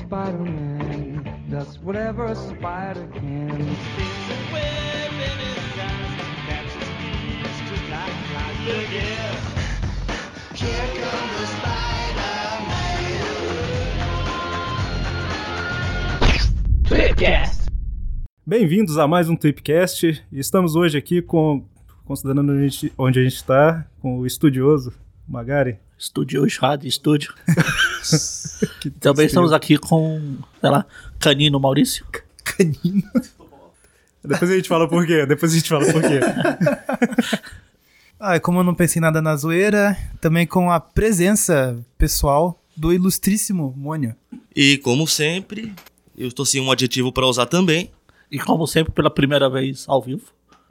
Spider Man does whatever a spider can. There's a web in his eyes that just beams just like flies. Look here. Here comes the Spider-Man. Bem-vindos a mais um Tripcast. Estamos hoje aqui com, considerando onde a gente- onde a gente está, com o estudioso Magari. Estúdio Rádio Estúdio. Também estamos aqui com, sei lá, Canino Maurício. Depois a gente fala por quê, depois a gente fala por quê. Ah, e como eu não pensei nada na zoeira, também com a presença pessoal do ilustríssimo Mônio. E como sempre, eu estou sem um adjetivo para usar também. E como sempre, pela primeira vez ao vivo.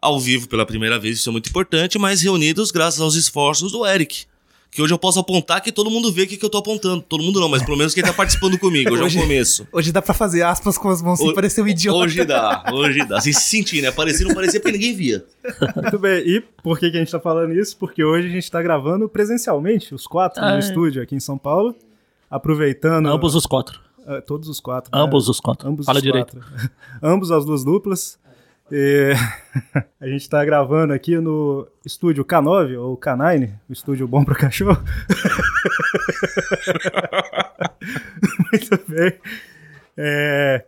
Ao vivo pela primeira vez, isso é muito importante, mas reunidos graças aos esforços do Eric. Que hoje eu posso apontar que todo mundo vê o que, que eu tô apontando. Todo mundo não, mas pelo menos quem tá participando comigo, hoje é o começo. Hoje dá pra fazer aspas com as mãos sem Ho- parecer um idiota. Hoje dá, hoje dá. Vocês se sentir, né? Parecia, não parecia porque ninguém via. Muito bem, e por que, que a gente está falando isso? Porque hoje a gente está gravando presencialmente, os quatro, no Ah, é. estúdio aqui em São Paulo, aproveitando... Ambos os quatro. ah, todos os quatro. Ambos os quatro. Ambos Fala os direito. quatro. Ambos as duas duplas. E a gente tá gravando aqui no estúdio K9, ou K9, o estúdio bom para cachorro. Muito bem. É,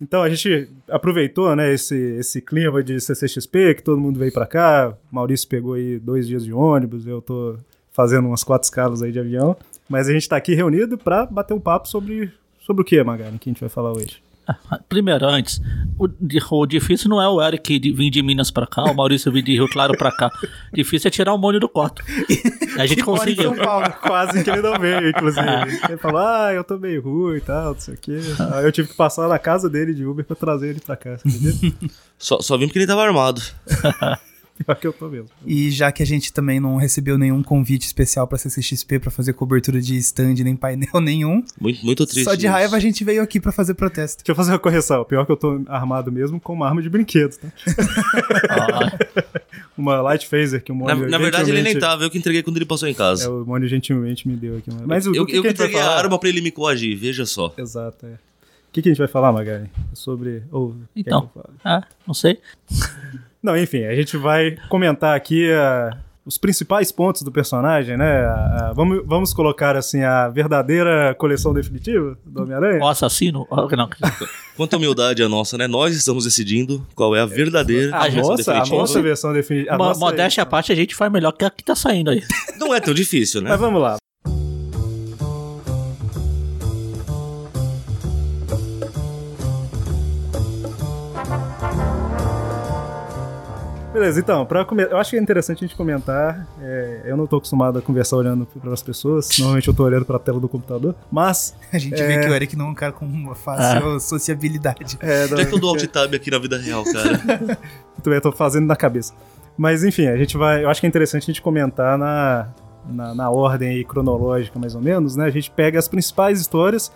então a gente aproveitou né, esse, esse clima de CCXP, que todo mundo veio para cá. Maurício pegou aí dois dias de ônibus, eu tô fazendo umas quatro escalas aí de avião. Mas a gente tá aqui reunido para bater um papo sobre, sobre o que, Magari, que a gente vai falar hoje. Ah, Primeiro, antes, o, di- o difícil não é o Eric de- vir de Minas pra cá, o Maurício vir de Rio Claro pra cá. Difícil é tirar o Mônio do quarto. A gente Mora em conseguiu. São Paulo. Quase que ele não veio, inclusive. Ele falou, ah, eu tô meio ruim e tal, não sei o quê. Aí eu tive que passar na casa dele de Uber pra trazer ele pra cá, você entendeu? Só, só vim porque ele tava armado. Pior que eu tô mesmo. E já que a gente também não recebeu nenhum convite especial pra CCXP pra fazer cobertura de stand, nem painel nenhum, Muito, muito triste. só de isso. raiva a gente veio aqui pra fazer protesto. Deixa eu fazer uma correção. Pior que eu tô armado mesmo com uma arma de brinquedo, tá? Ah, Uma light phaser que o Na, Mônio... na verdade, ele nem tá. gentilmente- tava. Eu que entreguei quando ele passou em casa. É, o Mônio gentilmente me deu aqui. Mas, mas o eu o que, eu que que a gente vai entreguei a falar? arma pra ele me coagir, veja só. Exato, é. O que, que a gente vai falar, Magari? Sobre... Ou, o que é que Então. eu falo? ah, não sei. Não, enfim, a gente vai comentar aqui ah, os principais pontos do personagem, né? Ah, ah, vamos, vamos colocar assim a verdadeira coleção definitiva do Homem-Aranha. O assassino. Ah, Não. Quanta humildade a nossa, né? Nós estamos decidindo qual é a verdadeira A versão nossa, a definitiva. nossa versão definitiva. a Mo- nossa- é Modéstia à parte, a gente faz melhor que a que tá saindo aí. Não é tão difícil, né? Mas vamos lá. Beleza, então, pra come... eu acho que é interessante a gente comentar. é, eu não tô acostumado a conversar olhando para as pessoas, normalmente eu tô olhando para a tela do computador, mas. A gente vê que o Eric não é um cara com uma fácil sociabilidade. É, Onde é que eu dou é, alt tab aqui na vida real, cara? Muito bem, eu tô fazendo na cabeça. Mas enfim, a gente vai. Eu acho que é interessante a gente comentar na, na, na ordem aí cronológica, mais ou menos, né? A gente pega as principais histórias.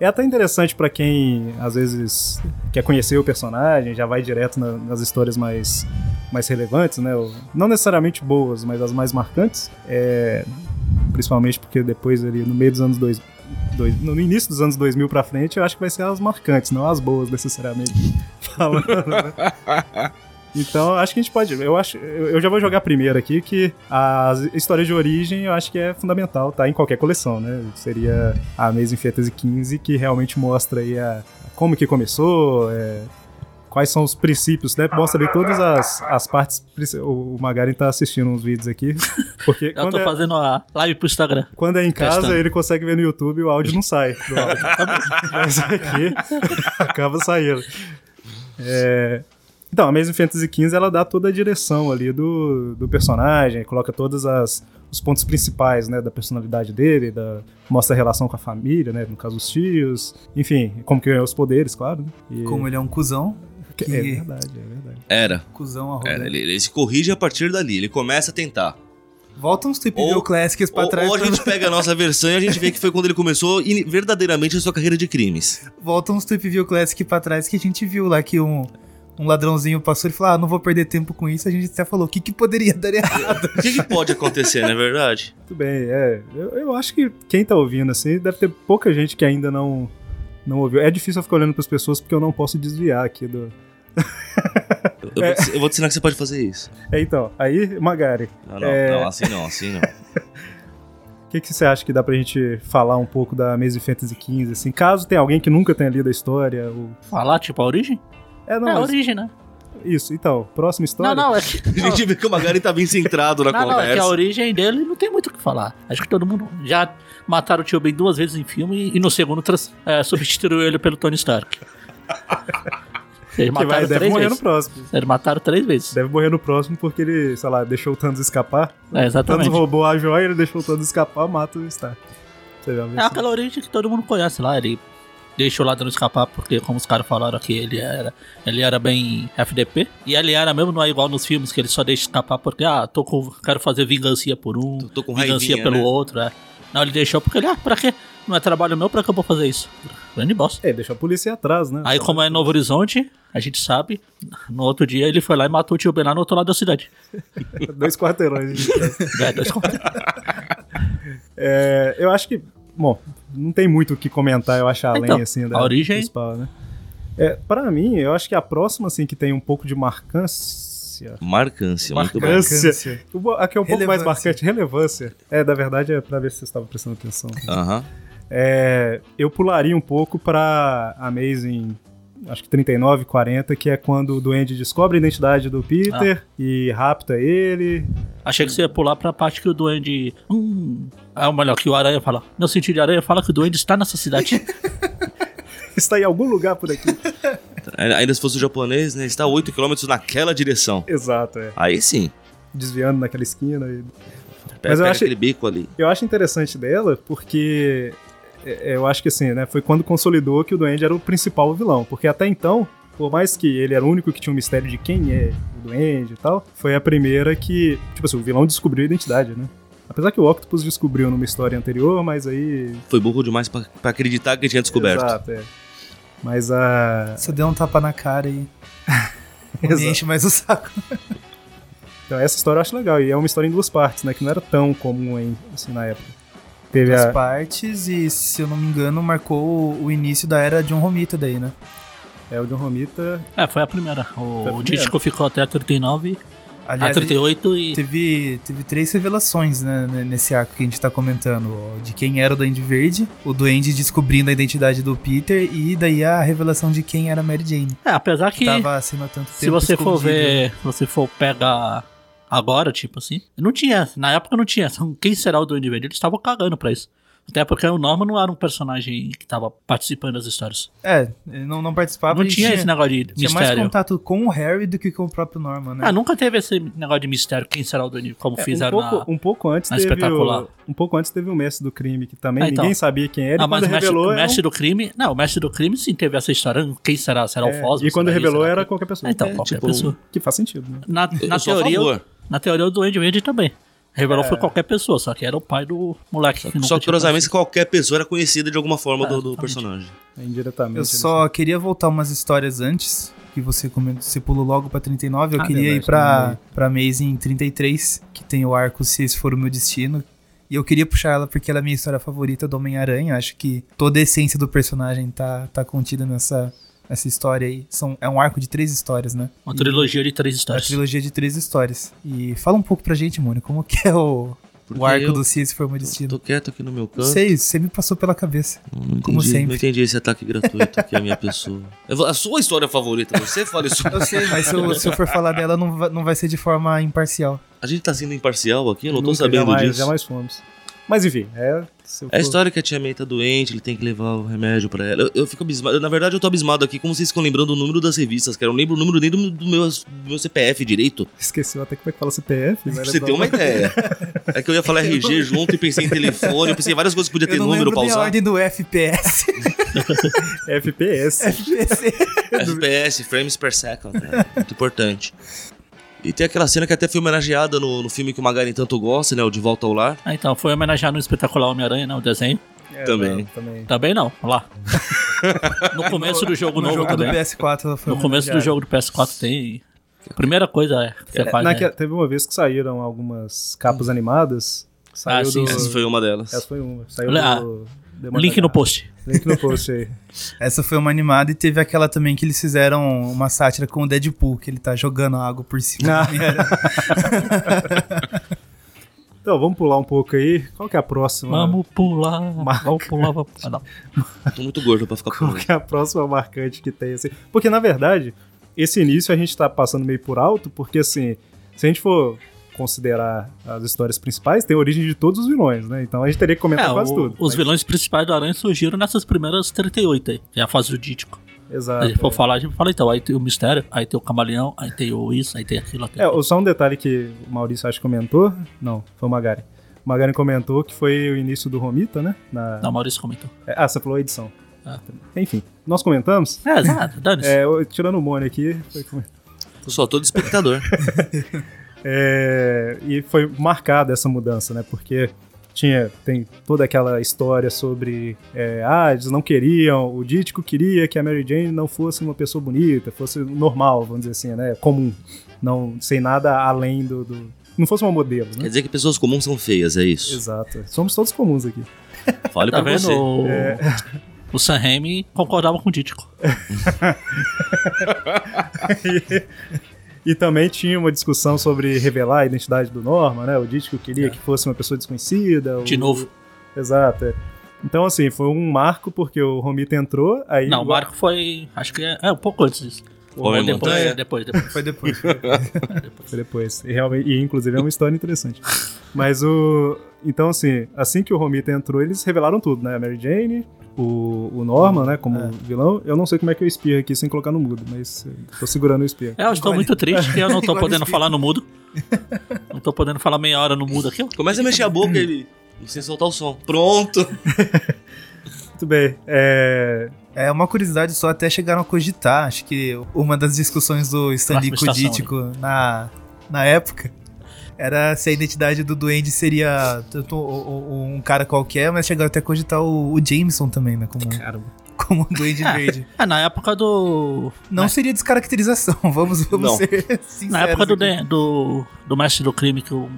É até interessante pra quem às vezes quer conhecer o personagem, já vai direto na- nas histórias mais, mais relevantes, né? Ou- Não necessariamente boas, mas as mais marcantes. É, principalmente porque depois ali no meio dos anos 2000, dois- no início dos anos 2000 pra frente, eu acho que vai ser as marcantes, não as boas necessariamente. Falando, né? Então, acho que a gente pode. Eu, acho, eu eu já vou jogar primeiro aqui que a história de origem eu acho que é fundamental, tá? Em qualquer coleção, né? Seria a Amazing Fantasy XV, que realmente mostra aí a, como que começou, é, quais são os princípios, né? Mostra ali todas as, as partes. princi- O o Magaren tá assistindo uns vídeos aqui. Porque Eu quando tô é, fazendo a live pro Instagram. quando é em casa, Testando. ele consegue ver no YouTube e o áudio não sai. do áudio. Mas aqui acaba saindo. É, Então, a Amazing Fantasy XV ela dá toda a direção ali do, do personagem, coloca todos os pontos principais né, da personalidade dele, da, mostra a relação com a família, né, no caso os tios, enfim, como que ganhou os poderes, claro. Né, e- Como ele é um cuzão, que- É verdade, é verdade. Era. cuzão Era. arrombado. É, Ele, ele se corrige a partir dali, ele começa a tentar. Volta uns Trip View Ou- Classics pra Ou, trás, ou a pra- gente pega a nossa versão e a gente vê que foi quando ele começou in- verdadeiramente a sua carreira de crimes. volta uns Trip View Classic pra trás que a gente viu lá que um, um ladrãozinho passou e falou: Ah, não vou perder tempo com isso. A gente até falou: O que, que poderia dar errado? O que, que pode acontecer, não é verdade? Muito bem, é. Eu, eu acho que quem tá ouvindo, assim, deve ter pouca gente que ainda não, não ouviu. É difícil eu ficar olhando pras pessoas porque eu não posso desviar aqui do. Eu, vou te- eu vou te ensinar que você pode fazer isso. É, então, aí, Magari, Não, não, É. não, assim não, assim não. o que, que você acha que dá pra gente falar um pouco da Maze Fantasy XV, assim? Caso tenha alguém que nunca tenha lido a história, ou... Falar, tipo, a origem? É, não, é a mas- origem, né? isso, então, próxima história. Não, não, é que. A gente vê que o Magari tá bem centrado na Não, não, é que conversa. a origem dele não tem muito o que falar. Acho que todo mundo já mataram o Tio Ben duas vezes em filme e no segundo trans- é, substituiu ele pelo Tony Stark. Eles que vai, mataram deve três morrer no vezes. próximo. Eles mataram três vezes. Deve morrer no próximo porque ele, sei lá, deixou o Thanos escapar. É, O Thanos exatamente. roubou a joia, ele deixou o Thanos escapar, mata o Stark. Você já viu É isso? aquela origem que todo mundo conhece lá. Ele deixou o ladrão escapar porque, como os caras falaram aqui, ele era, ele era bem FDP. E ele era mesmo, não é igual nos filmes que ele só deixa escapar porque, ah, tô com, quero fazer vingança por um, Tô- tô com vingança raivinha, pelo né? outro. É. Não, ele deixou porque ele, ah, pra quê? Não é trabalho meu, pra que eu vou fazer isso? Grande bosta. É, ele deixou a polícia atrás, né? Aí, como é Novo Horizonte, a gente sabe, no outro dia ele foi lá e matou o tio Ben lá no outro lado da cidade. Dois quarteirões. de distância. É, dois contra- É, eu acho que, bom, não tem muito o que comentar, eu acho, além, Então, assim, a da origem- principal, né? É, pra mim, eu acho que a próxima, assim, que tem um pouco de marcância... Marcância, muito bom. Marcância. O- A que é um pouco mais Relevância. marcante, relevância. É, da verdade, é pra ver se vocês estavam prestando atenção. Aham. É, eu pularia um pouco pra Amazing, acho que 39, 40, que é quando o Duende descobre a identidade do Ah. Peter e rapta ele. Achei que você ia pular pra parte que o duende. Hum. Ah, ou melhor, que o aranha fala. Meu sentido de aranha fala que o duende está nessa cidade. Está em algum lugar por aqui. Ainda se fosse o japonês, né? Está a 8km naquela direção. Exato, é. Aí sim. Desviando naquela esquina e Pe- Mas eu pega acho- aquele bico ali. Eu acho interessante dela porque é, eu acho que assim, né? Foi quando consolidou que o Duende era o principal vilão. Porque até então, por mais que ele era o único que tinha o mistério de quem é o Duende e tal, foi a primeira que, tipo assim, o vilão descobriu a identidade, né? Apesar que o Octopus descobriu numa história anterior, mas aí. Foi burro demais pra, pra acreditar que tinha descoberto. Exato, é. Mas a. Você deu um tapa na cara e. Não Exato. me enche mais o saco. Então, essa história eu acho legal. E é uma história em duas partes, né? Que não era tão comum hein, assim na época. Teve As a. partes e, se eu não me engano, marcou o início da era John Romita daí, né? É o John Romita. é, foi a primeira. O, Foi a primeira. o Ditko ficou até a 39, a Aliás, Ah, ele 38 e. teve, teve três revelações né, n- nesse arco que a gente tá comentando. ó, De quem era o Duende Verde, o Duende descobrindo a identidade do Peter e daí a revelação de quem era a Mary Jane. É, apesar que. Que tava assim há tanto tempo se você for escondida. ver. Se você for pegar agora, tipo assim. Não tinha. Na época não tinha. Então, Quem será o duende verde? Eles estavam cagando pra isso. Até porque o Norman não era um personagem que tava participando das histórias. É, ele não, não participava. não ele tinha, esse negócio de tinha mais mistério. contato com o Harry do que com o próprio Norman, né? Ah, nunca teve esse negócio de mistério, quem será o duende, como É, fizeram um pouco, na... um pouco antes na teve espetacular. o, um pouco antes teve o mestre do crime que também Ah, então. ninguém sabia quem era Ah, e quando mas o mestre, revelou é um o mestre do crime. Não, o mestre do crime sim teve essa história. Quem será? Será é, o Foz? e quando Será revelou isso? era qualquer pessoa Ah, então, É, qualquer tipo, pessoa. que faz sentido né? Na, Eu na sou a teoria, favor. na teoria, o Duende Verde também. É. Revelou foi qualquer pessoa, só que era o pai do moleque. Que tipo nunca Só que, tinha curiosamente, qualquer pessoa era conhecida de alguma forma É, do, do exatamente. personagem. É, indiretamente Eu ele- só queria voltar umas histórias antes, que você comentou, você pulou logo pra 39, eu Ah, queria verdade, ir pra, pra Amazing 33, que tem o arco Se Esse For O Meu Destino, e eu queria puxar ela porque ela é a minha história favorita do Homem-Aranha, acho que toda a essência do personagem tá, tá contida nessa, nessa história aí, São, é um arco de três histórias, né? Uma trilogia de três É uma histórias. trilogia de três histórias, e fala um pouco pra gente, Mônica, como que é o, Porque o arco eu do Se Esse For O Meu Destino? Tô quieto aqui no meu Não canto. sei, você me passou pela cabeça. Não Como entendi, sempre. Não entendi esse ataque gratuito aqui à minha pessoa. Eu vou- A sua história favorita, você fala isso. Eu sei, mas se eu, se eu for falar dela, não vai, não vai ser de forma imparcial. A gente tá sendo imparcial aqui, eu não tô nunca, sabendo jamais, disso. jamais fomos mas enfim é se eu É a for- história que a tia May tá doente, ele tem que levar o remédio pra ela. Eu, eu fico abismado. Na verdade, eu tô abismado aqui, como vocês ficam lembrando o número das revistas, cara. Eu não lembro o número nem do, do meu, do meu CPF direito. esqueceu até como é que fala CPF Pra vai você ter lembrar uma o- ideia. É que eu ia falar RG junto e pensei em telefone, eu pensei em várias coisas que podia ter eu não número lembro pra nem a usar. ordem do FPS. FPS FPS, frames per second, né? Muito importante. E tem aquela cena que até foi homenageada no, no filme que o Magari tanto gosta, né? O De Volta ao Lar. Ah, então, foi homenagear no espetacular Homem-Aranha, né? O desenho. É, Também. não, também Também não, lá. No começo do jogo no novo jogo do também. PS4 ela foi No começo do homenageada. jogo do PS4 tem. É, Primeira coisa que você faz. né? Hum. Naque- teve uma vez que saíram algumas capas animadas Saiu Ah, sim, do... sim. Essa foi uma delas. Essa foi uma. Saiu Ah, do... Demanda- Link no post. Link no post aí. Essa foi uma animada e teve aquela também que eles fizeram uma sátira com o Deadpool, que ele tá jogando água por cima. Ah. Então, vamos pular um pouco aí. Qual que é a próxima? Vamos pular. Vamos pular. Vamos... Ah, não. Tô muito gordo pra ficar Qual com que é a próxima marcante que tem, assim? Porque, na verdade, esse início a gente tá passando meio por alto, porque, assim, se a gente for considerar as histórias principais, tem a origem de todos os vilões, né? Então a gente teria que É, comentar quase o- tudo. os Mas- vilões principais do Aranha surgiram nessas primeiras 38 aí, que é a fase do Dítico. Exato. Se a gente for é. falar, a gente fala então, aí tem o Mistério, aí tem o Camaleão, aí tem o isso, aí tem aquilo. Aí tem É, ou só um detalhe que o Maurício acho que comentou. Não, foi o Magari. O Magari comentou que foi o início do Romita, né? Na... Não, Maurício comentou. Ah, você falou a edição. Ah. Enfim, nós comentamos. É, exato, dane-se. É, eu- tirando o Mônio aqui, foi comentado. Só tô de espectador. É, e foi marcada essa mudança, né? Porque tinha tem toda aquela história sobre é, ah eles não queriam o Dítico queria que a Mary Jane não fosse uma pessoa bonita fosse normal vamos dizer assim né comum não sem nada além do, do- não fosse uma modelo Quer né dizer que pessoas comuns são feias, é isso. exato somos todos comuns aqui Fale Tá pra vendo? você. O, É. o Sam Raimi concordava com o Dítico. E também tinha uma discussão sobre revelar a identidade do Norma, né? O Dítico queria que fosse uma pessoa desconhecida. o- De novo. Exato. é. Então, assim, foi um marco porque o Romita entrou, aí... Não, o Marco foi. Acho que é, é um pouco antes disso. Homem Ou depois, Montanha. é, depois, depois. Foi depois. Foi depois. E, realmente, e, inclusive, é uma história interessante. Mas o... Então, assim, assim que o Romita entrou, eles revelaram tudo, né? A Mary Jane, o, o Norman, né? Como vilão. Eu não sei como é que eu espirro aqui sem colocar no mudo, mas eh, tô segurando o espirro. É, eu estou muito triste que eu não tô Igual podendo esse falar no mudo. Não tô podendo falar meia hora no mudo aqui. ó. Começa a mexer a boca ele... sem soltar o som. Pronto. Muito bem. É... É uma curiosidade só, até chegaram a cogitar. Acho que uma das discussões do Stanley Próxima estação, Kudítico na, na época era se a identidade do Duende seria tanto o- o- um cara qualquer, mas chegaram até a cogitar o, o Jameson também, né? Como, como um Duende Verde. É, na época do. Não seria descaracterização, vamos, vamos Não. ser sinceros. Na época do, aqui. de- do, do mestre do crime que o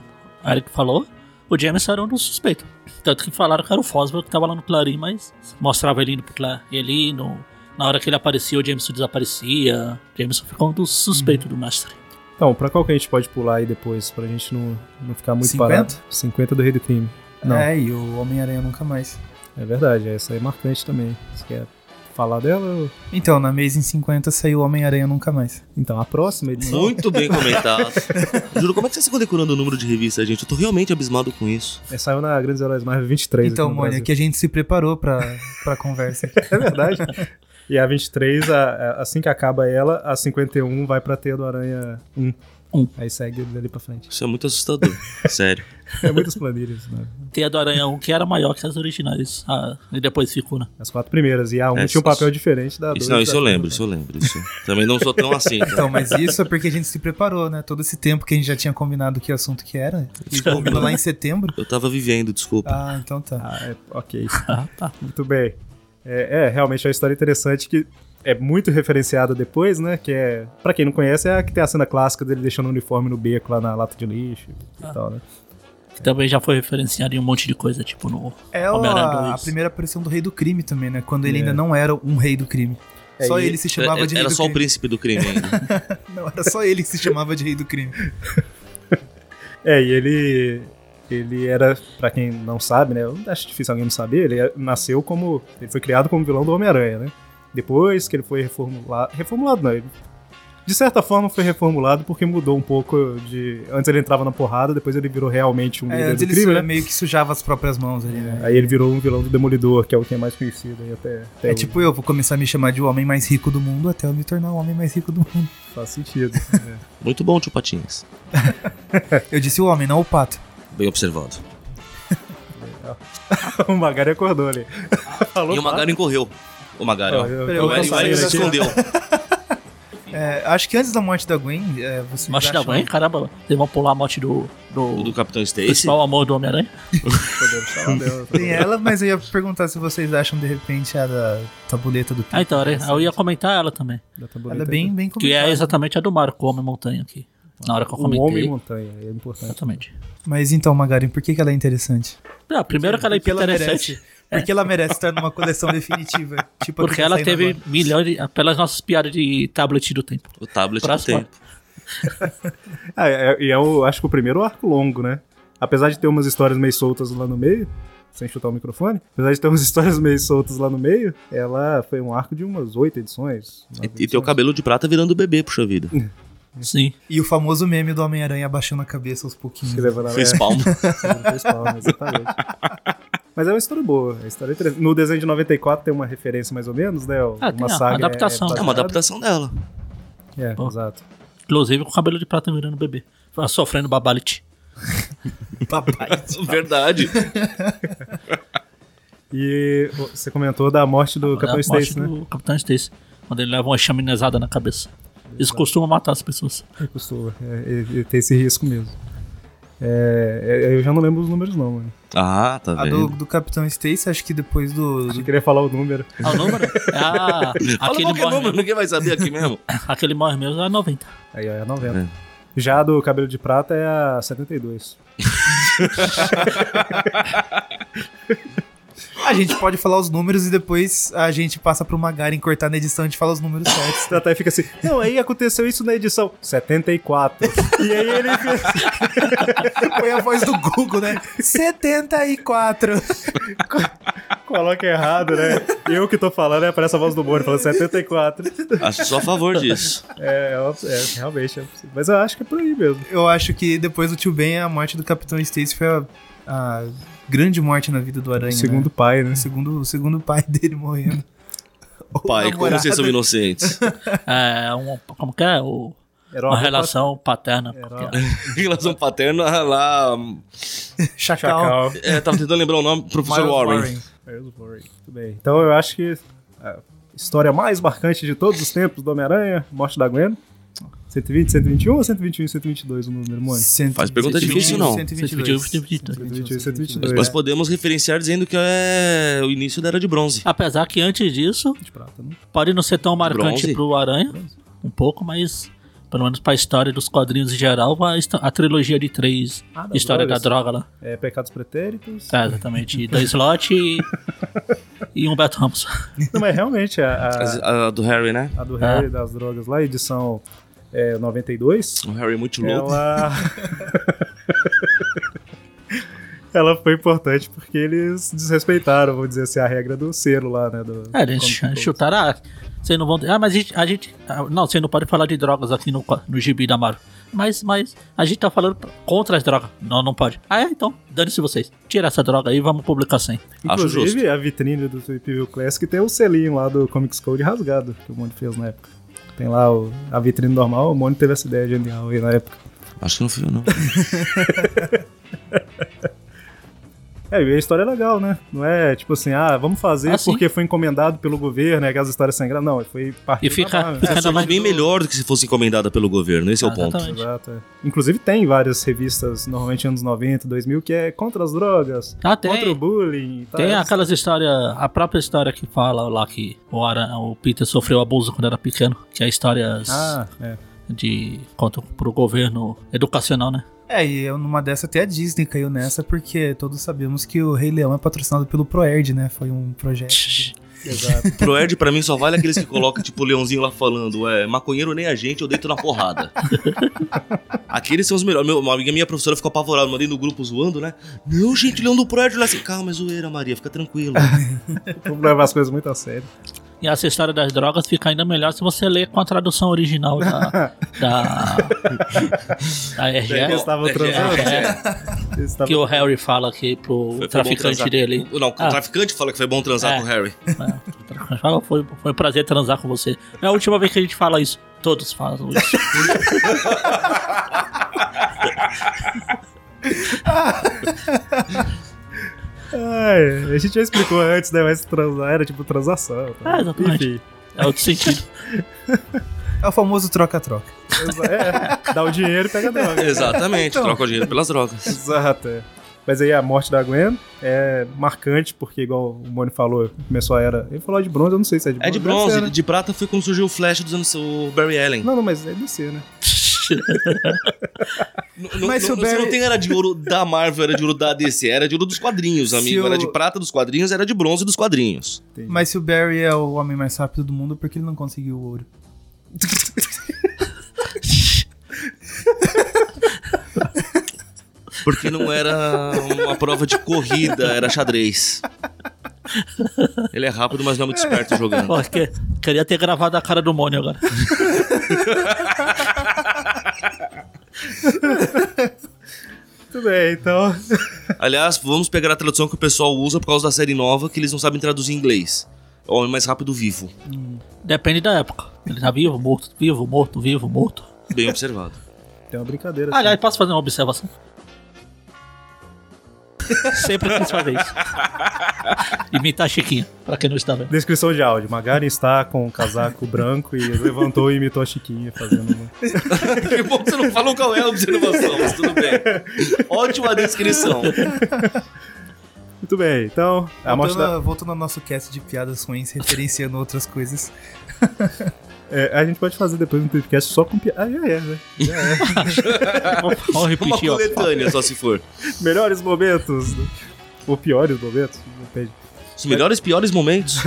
Eric falou, o James era um dos suspeitos. Tanto que falaram que era o Foswell que tava lá no Clarim, mas mostrava ele indo pro Clarim. Ele indo. Na hora que ele aparecia, o Jameson desaparecia. O Jameson ficou um dos suspeitos do mestre. Então, pra qual que a gente pode pular aí depois, pra gente não, não ficar muito 50? parado? 50 do Rei do Crime. Não, é, É, e o Homem-Aranha nunca mais. verdade, essa aí é marcante também. Você quer falar dela? ou- Então, na mesa em 50 saiu Homem-Aranha nunca mais. Então, a próxima edição. Muito bem comentado. Juro, como é que vocês ficam decorando o número de revista, gente? Eu tô realmente abismado com isso. é, saiu na Grandes Heróis Marvel 23. então, aqui no Mônia, Brasil. que a gente se preparou pra, pra conversa. É verdade. E a 23, a- a- assim que acaba ela, a 51 vai pra Teia do Aranha 1. Um. Aí segue dali pra frente. Isso é muito assustador. Sério. É muitas planilhas, né? Tem a do Aranha 1, que era maior que as originais. Ah, e depois ficou, né? As quatro primeiras. E a 1 É, tinha um isso- papel diferente da assim. 2. Isso, não, isso eu lembro, isso eu lembro. Isso. Também não sou tão assim. Tá? Então, mas isso é porque a gente se preparou, né? Todo esse tempo que a gente já tinha combinado que assunto que era. E Desculpa. combinou lá em setembro. Eu tava vivendo, desculpa. Ah, então tá. Ah, é, ok. Ah, tá. Muito bem. É, é, realmente é uma história interessante que é muito referenciada depois, né? Que é, pra quem não conhece, é a que tem a cena clássica dele deixando o uniforme no beco lá na lata de lixo e tal, né? Que também já foi referenciado em um monte de coisa, tipo no. É o- Homem-Aranha a, dois. primeira aparição do Rei do Crime também, né? Quando ele É. ainda não era um Rei do Crime. É, Só e- ele se chamava de Era Rei do só o Crime. príncipe do crime ainda. Não, era só ele que se chamava de Rei do Crime. É, e ele. Ele era, pra quem não sabe, né? Eu acho difícil alguém não saber, ele é- nasceu como. Ele foi criado como vilão do Homem-Aranha, né? Depois que ele foi reformulado. Reformulado não, ele. De certa forma foi reformulado porque mudou um pouco de. Antes ele entrava na porrada, depois ele virou realmente um É, líder antes do ele crime, se- né? meio que sujava as próprias mãos ali, né? Aí ele virou um vilão do Demolidor, que é o que é mais conhecido aí até. até É hoje. tipo eu, vou começar a me chamar de o homem mais rico do mundo até eu me tornar o homem mais rico do mundo. Faz sentido. né? Muito bom, tio Patinhas. Eu disse o homem, não o pato. Bem observado. o Magari acordou ali. Falou. E o Magaren correu. O Magaren, ó. Ah, eu- O eu vou Eric- o sair Eric se daqui. escondeu. É, acho que antes da morte da Gwen, é, você Morte da Gwen, caramba, vocês vão pular a morte do. O um? do. do do Capitão Stacy. principal amor do Homem-Aranha. Podemos falar dela. Tem ela, mas eu ia perguntar se vocês acham de repente a da tabuleta do tempo. Ah, então, era- eu ia comentar ela também. Da Ela tabuleta. é bem, bem Que é comentada. exatamente a do Marco, Homem Montanha aqui. na hora que eu Um comentei. homem montanha, é importante. Exatamente. Mas então, Magaren, por que, que ela é interessante? Ah, primeiro que ela é Porque ela interessante. É. merece. Porque ela merece estar numa coleção definitiva. Tipo, a que Porque tá ela saindo teve agora. milhões de. pelas nossas piadas de tablet do tempo. O tablet do Próximo. tempo. Ah, é- e é, o, acho que o primeiro arco longo, né? Apesar de ter umas histórias meio soltas lá no meio, sem chutar o microfone, apesar de ter umas histórias meio soltas lá no meio, ela foi um arco de umas oito edições. nove E, e teu edições. cabelo de prata virando bebê, puxa vida. Sim. E o famoso meme do Homem-Aranha abaixando a cabeça aos pouquinhos. Que leva na- Fez é, palma. fez palma, exatamente. Mas é uma história boa, é uma história interessante. No desenho de 94 tem uma referência mais ou menos, né? Ah, tem uma a saga. adaptação. É uma adaptação dela. É, Pô. exato. Inclusive com o cabelo de prata virando bebê. Sofrendo babalite. Papai. Verdade. E o- você comentou da morte do Capitão a morte Stacy, né? do Capitão Stacy. Quando ele leva uma chaminezada na cabeça. Isso costuma matar as pessoas. Costuma, é, ele- ele tem esse risco mesmo. É, é, eu já não lembro os números, não, mano. Ah, tá A do, vendo? do Capitão Stacy, acho que depois do. Eu do- queria falar o número. Ah, o número? É a- Fala aquele, qualquer morre número, mesmo, ninguém vai saber aqui mesmo. aquele morre mesmo é 90. Aí ó, é 90. Já a do cabelo de prata é a 72. A gente pode falar os números e depois a gente passa pro Magaren cortar na edição e a gente fala os números certos. Ela até fica assim, não, aí aconteceu isso na edição 74. e aí ele fez, Foi a voz do Google, né? 74. coloca errado, né? Eu que tô falando, né? Parece a voz do Moro, falando 74. Acho só a favor disso. É, é, uma- é, realmente. É possível. Mas eu acho que é por aí mesmo. Eu acho que depois do Tio Ben, a morte do Capitão Stacy foi a, a grande morte na vida do Aranha. Segundo né? pai, né? o segundo, o segundo pai dele morrendo. O Pai, como namorado. vocês são inocentes. É um, como que é? O- Era uma uma relação paterna. Era porque- em relação paterna, lá. Chacal. Chacal. É, tava tentando lembrar o nome, professor Miles Warren. Miles Warren. Muito bem. Então eu acho que a história mais marcante de todos os tempos do Homem-Aranha, Morte da Gwen. 120, 121 ou 121 e 122 o número, Mônica? Cento- Faz pergunta 121, difícil, não. 122. 122. 121 Mas 122. nós podemos referenciar dizendo que é o início da Era de Bronze. Apesar que antes disso, de prata, né? pode não ser tão marcante Bronze? pro Aranha, um pouco, mas pelo menos pra história dos quadrinhos em geral, a, histó- a trilogia de três, Ah, das história drogas. da droga lá. É, Pecados Pretéritos. Ah. Tá, exatamente. E da Slot e, e Humberto Ramos. Não, mas realmente a, É. As- a, A, do Harry, né? a do Harry das drogas lá, edição é, 92, O Harry é muito louco. ela. ela foi importante porque eles desrespeitaram, vou dizer assim, a regra do selo lá, né? Do, É, eles ch- como- chutaram. Ah, vocês não vão. Ah, mas a gente. a gente- ah, não, você não pode falar de drogas aqui no, qua- no gibi da Marvel. Mas, mas a gente tá falando pra- contra as drogas. Não, não pode. Ah, é, então, dane-se vocês. Tira essa droga aí e vamos publicar sem. Acho Inclusive, a vitrine do Tweep View Classic tem o selinho lá do Comics Code rasgado, que o Mônio fez na época. Tem lá o- a vitrine normal, o Mônio teve essa ideia genial aí na época. Acho que não fui eu, não. É, e a história é legal, né? Não é tipo assim, ah, vamos fazer Ah, sim. porque foi encomendado pelo governo, é aquelas histórias sem graça. Não, foi E partido da fica, Marvel. fica É, na seria mais. um. bem melhor do que se fosse encomendada pelo governo, esse é Ah, o ponto. Exatamente. Exato, é. Inclusive tem várias revistas, normalmente anos 90, 2000, que é contra as drogas, Ah, tem. contra o bullying. tá? e tal. Tem aquelas histórias, a própria história que fala lá que o, Aran, o Peter sofreu abuso quando era pequeno, que é histórias Ah, é. de contra pro governo educacional, né? É, e eu, numa dessa até a Disney caiu nessa, porque todos sabemos que o Rei Leão é patrocinado pelo Proerd, né? Foi um projeto. Exato. Pro Erd, pra mim, só vale aqueles que colocam, tipo, o leãozinho lá falando, é, maconheiro nem a gente, eu deito na porrada. Aqueles são os melhores. Meu, uma amiga minha, professora, ficou apavorada, mandei no grupo zoando, né? Não, gente, o leão do Pro Erd lá assim, calma, é zoeira, Maria, fica tranquilo. É. Vamos levar as coisas muito a sério. E essa história das drogas fica ainda melhor se você ler com a tradução original da. da. da RGE. Eles estavam é, transando. É, eles estavam- que o Harry fala aqui pro Foi- foi bom traficante transar. dele. Não, o Ah. traficante fala que foi bom transar É. com o Harry. Fala, Foi, foi um prazer transar com você. É a última vez que a gente fala isso. Todos falam isso. Ai, a gente já explicou antes, né? Mas transar era tipo transação. tá? Ah, exatamente. Enfim, É outro sentido. É o famoso troca-troca. é, dá o dinheiro e pega a droga. Exatamente, Então. troca o dinheiro pelas drogas. Exato. é. Mas aí a morte da Gwen é marcante, porque igual o Mônio falou, começou a era. Ele falou de bronze, eu não sei se é de É bronze. de deve ser, bronze, né? de prata foi quando surgiu o Flash dos anos o Barry Allen. Não, não, mas é DC, né? Exatamente. N- n- Mas n- se o Barry- Você não tem era de ouro da Marvel, era de ouro da DC, era de ouro dos quadrinhos, Se amigo. Era o- de prata dos quadrinhos, era de bronze dos quadrinhos. Mas se o Barry é o homem mais rápido do mundo, por que ele não conseguiu o ouro? Porque não era uma prova de corrida, era xadrez. Ele é rápido, mas não é muito esperto jogando. Pô, que- queria ter gravado a cara do Mônio agora. Muito bem, então. Aliás, vamos pegar a tradução que o pessoal usa por causa da série nova, que eles não sabem traduzir em inglês. É O Homem mais rápido vivo. Depende da época. Ele tá vivo, morto, vivo, morto, vivo, morto. Bem observado. Tem uma brincadeira. assim. Aliás, posso fazer uma observação? Sempre quis fazer isso. Imitar Chiquinha, pra quem não está vendo. Descrição de áudio. Magari está com um casaco branco e levantou e imitou a Chiquinha fazendo uma... Que bom que você não falou qual é a observação, mas tudo bem. Ótima descrição. Muito bem, então. A voltando, amostra... a- voltando ao nosso cast de piadas ruins, referenciando outras coisas. é, a gente pode fazer depois um podcast só com piada. Ah, já é, né? Vamos Uma repetir, ó. coletânea, só se for. Melhores momentos. Ou piores momentos, depende. Os melhores e piores momentos.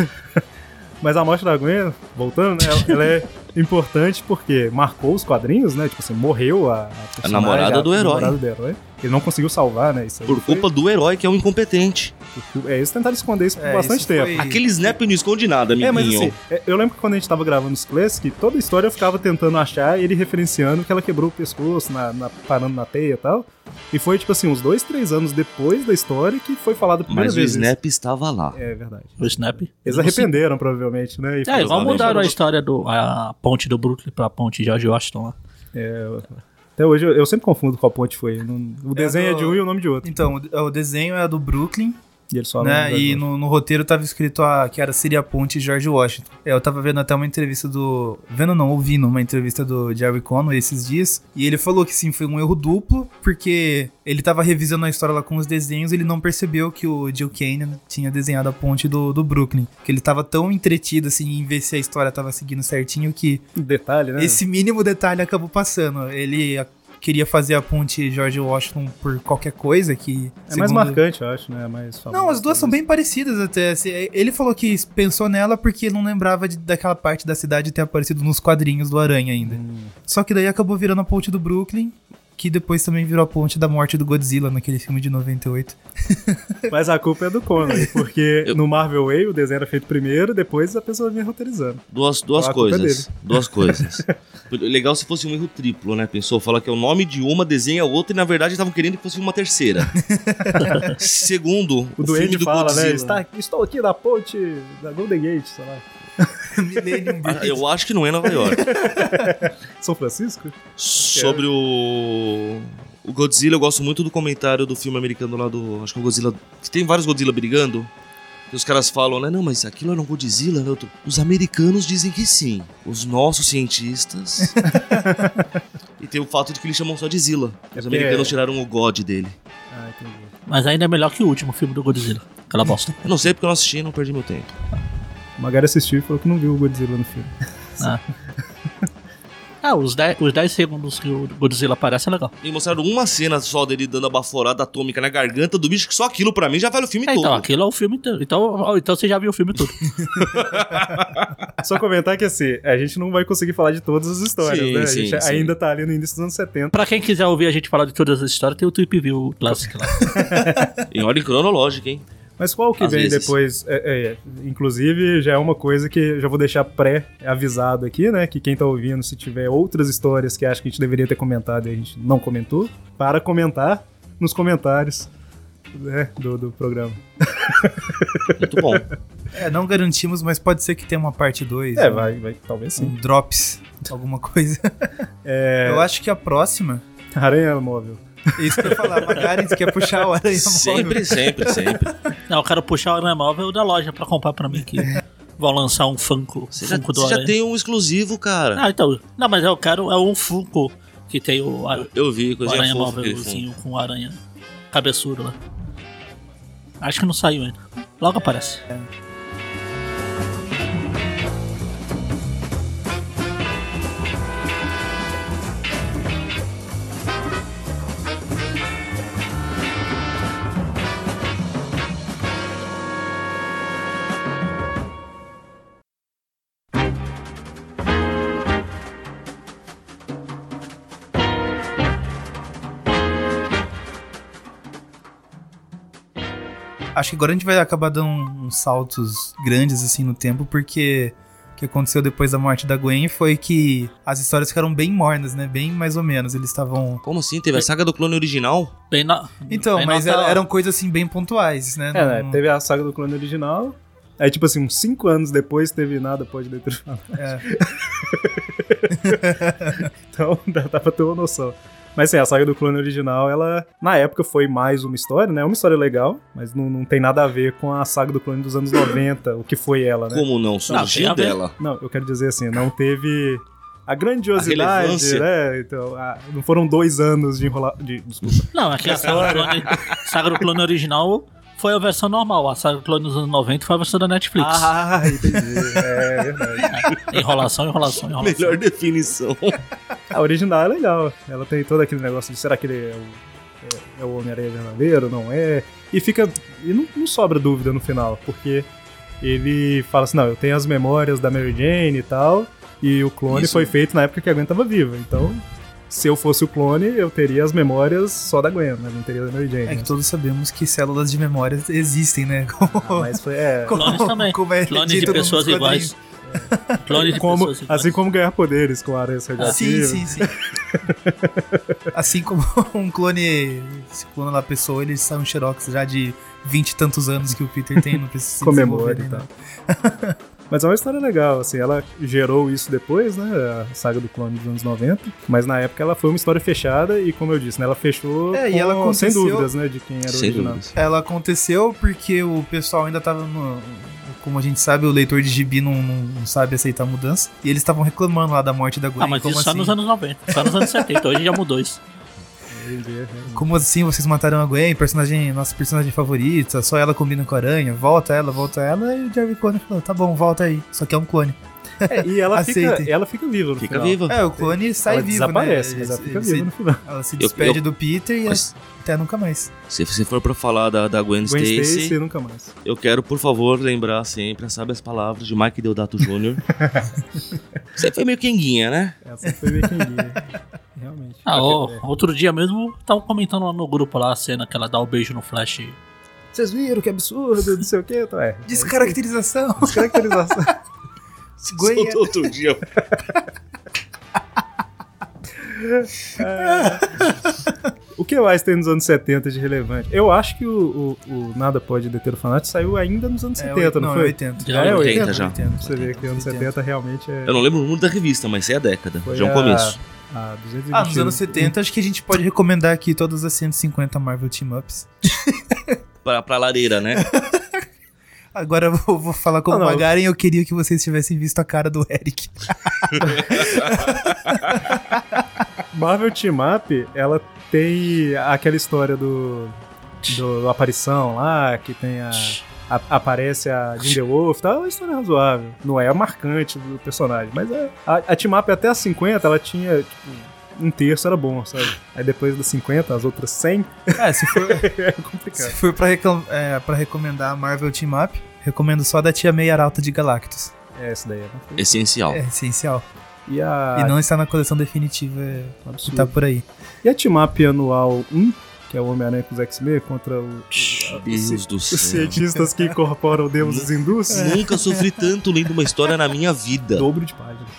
Mas a amostra da Gwen, voltando, né? Ela ela é importante porque marcou os quadrinhos, né? Tipo assim, morreu a, personagem, namorada do herói. namorada do herói. Ele não conseguiu salvar, né? Isso aí Por foi- culpa do herói que é um incompetente. É, eles tentaram esconder isso por É, bastante isso tempo. foi- Aquele Snap não esconde nada, amiguinho. É, mas assim, é, eu lembro que quando a gente tava gravando os Classic, toda a história eu ficava tentando achar ele referenciando que ela quebrou o pescoço, na, na- parando na teia e tal. E foi, tipo assim, uns dois, três anos depois da história que foi falado a primeira Mas o vez. Snap estava lá. isso. É verdade. O Snap. Eles Eu não sei- arrependeram, provavelmente, né? E É, igual Provavelmente mudaram eu a não- história do a ponte do Brooklyn pra ponte George Washington lá. Até hoje eu, eu sempre confundo qual ponte foi. Não- o desenho é, do- de um e o nome de outro. Então, o- o desenho é do Brooklyn, E eles falam. né? da- E no, no roteiro tava escrito ah, que era Síria Ponte e George Washington. É, Eu tava vendo até uma entrevista do. Vendo não, ouvindo uma entrevista do Jerry Conway esses dias. E ele falou que sim, foi um erro duplo, porque ele tava revisando a história lá com os desenhos e ele não percebeu que o Jill Kane tinha desenhado a ponte do, do Brooklyn. Que ele tava tão entretido assim em ver se a história tava seguindo certinho que Detalhe, né? esse mínimo detalhe acabou passando. Ele. a- Queria fazer a ponte George Washington por qualquer coisa que. É mais segundo- marcante, eu acho, né? É Mais Tá não, as duas são bem parecidas até. assim, Ele falou que pensou nela porque não lembrava de- daquela parte da cidade ter aparecido nos quadrinhos do Aranha ainda. Hum. Só que daí acabou virando a ponte do Brooklyn, que depois também virou a ponte da morte do Godzilla naquele filme de 98. Mas a culpa é do Conway, porque no Marvel Way o desenho era feito primeiro, depois a pessoa vinha roteirizando. Duas, duas A culpa é coisas. Duas coisas. Legal se fosse um erro triplo, né? Pensou, fala que é o nome de uma, desenha a outra e na verdade estavam querendo que fosse uma terceira. Segundo, O, o, filme doente do fala, Godzilla. né? "Está- estou aqui na ponte da Golden Gate, sei lá. Millennium Ah, Eu acho que não é Nova York. São Francisco? Sobre o. O Godzilla, eu gosto muito do comentário do filme americano lá do. Acho que é o Godzilla. Que tem vários Godzilla brigando. Que os caras falam, né? Não, mas aquilo era um Godzilla, né? Outro, Os americanos dizem que sim. Os nossos cientistas. e tem o fato de que eles chamam só de Zilla. É Os porque- americanos tiraram o God dele. Ah, entendi. Mas ainda é melhor que o último filme do Godzilla. Aquela bosta. Eu não sei porque eu não assisti não perdi meu tempo. O Magari assistiu e falou que não viu o Godzilla no filme. Ah, os 10, os 10 segundos que o Godzilla aparece é legal. E mostraram uma cena só dele dando a baforada atômica na garganta do bicho, que só aquilo pra mim já vale o filme É, todo. então, aquilo é o filme inteiro. Então, ó, então você já viu o filme todo. Só comentar que assim, a gente não vai conseguir falar de todas as histórias, Sim, né? A sim, gente sim. ainda tá ali no início dos anos 70. pra quem quiser ouvir a gente falar de todas as histórias, tem o Trip View Classic lá. Em ordem cronológica, hein? Mas qual que Às vem vezes. depois? É, é, é. inclusive, já é uma coisa que já vou deixar pré-avisado aqui, né? Que quem tá ouvindo, se tiver outras histórias que acha que a gente deveria ter comentado e a gente não comentou, para comentar nos comentários né, do, do programa. Muito bom. É, não garantimos, mas pode ser que tenha uma parte 2. É, vai, vai talvez sim. Um drops, alguma coisa. É. Eu acho que a próxima. Aranha móvel. é Isso que eu ia falar, a Magaren quer puxar o Aranha Móvel. Sempre, sempre, sempre. Não, eu quero puxar o Aranha Móvel da loja pra comprar pra mim aqui. Vão lançar um Funko. Você já, funko do você já Aranha. tem um exclusivo, cara. Ah, então. Não, mas eu quero é um Funko que tem o, a- Ah, Eu vi, é o coisinha Aranha fofa que ele fez. Móvelzinho com o Aranha cabeçudo lá. Acho que não saiu ainda. Logo aparece. Acho que agora a gente vai acabar dando um- uns saltos grandes assim no tempo, porque o que aconteceu depois da morte da Gwen foi que as histórias ficaram bem mornas, né? Bem mais ou menos. Eles estavam. Como assim? Teve a saga do clone original? Bem na... Então, bem mas nota- era- eram coisas assim bem pontuais, né? É, Não- né? Teve a saga do clone original. Aí, tipo assim, uns 5 anos depois teve nada, pode ler tudo. é. Então dá, dá pra ter uma noção. Mas assim, a saga do clone original, ela, na época, foi mais uma história, né? Uma história legal, mas não, não tem nada a ver com a saga do clone dos anos 90, o que foi ela, né? Como não? Surgiu tem a ver. dela. Não, eu quero dizer assim, não teve a A grandiosidade, relevância. né? Então, a- não foram dois anos de enrolar. De, desculpa. Não, aqui é a saga do, clone, saga do clone original foi a versão normal. A saga do clone dos anos 90 foi a versão da Netflix. Ah, entendi. É verdade. Enrolação, enrolação, enrolação. Melhor definição. A original é legal. Ela tem todo aquele negócio de será que ele é o, é, é o Homem-Aranha verdadeiro? Não é? E fica. E não, não sobra dúvida no final, porque ele fala assim: não, eu tenho as memórias da Mary Jane e tal, e o clone Isso. foi feito na época que a Gwen tava viva. Então, se eu fosse o clone, eu teria as memórias só da Gwen, né? Não teria da Mary Jane. É que né? todos sabemos que células de memória existem, né? Ah, mas foi. É, Clones também. Como é Clones de dito nos pessoas quadrinhos. iguais. Clones de como, pessoas iguais. assim como ganhar poderes com aranhas Sim, radioativas. sim, sim. assim como um clone, esse clone lá, pessoa, ele sai um xerox já de vinte e tantos anos que o Peter tem, não precisa se comemora e desenvolver, tal. né? Mas é uma história legal, assim, ela gerou isso depois, né, a saga do clone dos anos 90, mas na época ela foi uma história fechada e, como eu disse, né, ela fechou É, e ela com- sem aconteceu- dúvidas, né, de quem era o Sem original. dúvidas. Ela aconteceu porque o pessoal ainda tava no... Como a gente sabe, o leitor de gibi não, não- não sabe aceitar mudança. E eles estavam reclamando lá da morte da Gwen. Ah, mas como isso só assim? nos anos 90, só nos anos 70. Hoje já mudou isso. Entendi, é. Como assim vocês mataram a Gwen, personagem, nossa personagem favorita, só ela combina com a aranha, volta ela, volta ela, e o Jerry Conner falou, tá bom, volta aí, só que é um clone. É, e ela fica, Aceitem. ela fica viva no Fica final. viva. É, o clone sai ela vivo, desaparece, né? mas ela fica Ele- viva ele no final. se- Ela se Eu- despede eu- do Peter e Mas até nunca mais. se você for pra falar da, da Gwen, Gwen Stacy, Stacy e nunca mais. eu quero, por favor, lembrar sempre, sabe as palavras de Mike Deodato Jr. você foi meio quenguinha, né? Essa foi meio que ninguém, Realmente. Ah, ó, Porque, é, outro dia mesmo, tava comentando lá no grupo lá a cena que ela dá o beijo no Flash. Vocês viram que absurdo, não sei o que, então é. Descaracterização! Descaracterização. Gwen é- Soltou outro dia. O que mais tem nos anos 70 de relevante? Eu acho que o, o- o Nada Pode Deter o Fanático saiu ainda nos anos 70, não, não, é foi? 80. Já é 80 já. Você vê que anos 70 realmente é. Eu não lembro o número da revista, mas sei a década. Foi já é um a- começo. Ah, 220 Ah, nos anos 70 acho que a gente pode recomendar aqui todas as 150 Marvel Team Ups. Pra, pra lareira, né? Agora eu vou, vou falar como Ah, não. Magaren, eu queria que vocês tivessem visto a cara do Eric. Marvel Team Up, ela tem aquela história do. do, do aparição lá, que tem a. a- aparece a Jindelwolf, tá? É uma história razoável. Não é a marcante do personagem, mas é, a, a Team Up até as 50, ela tinha, tipo, um terço era bom, sabe? Aí depois das 50, as outras 100, É, se for, é se complicado. for pra, reclam- é, pra recomendar a Marvel Team Up, recomendo só da Tia Meia Arauta de Galactus. É, essa daí é uma coisa. Essencial. É essencial. E a. e não está na coleção definitiva é, um que absurdo. tá por aí. E a team-up anual 1, que é o Homem-Aranha com os X-Men contra o- Deus do os céu. cientistas que incorporam deuses hindus? Nunca sofri tanto lendo uma história na minha vida. Dobro de páginas.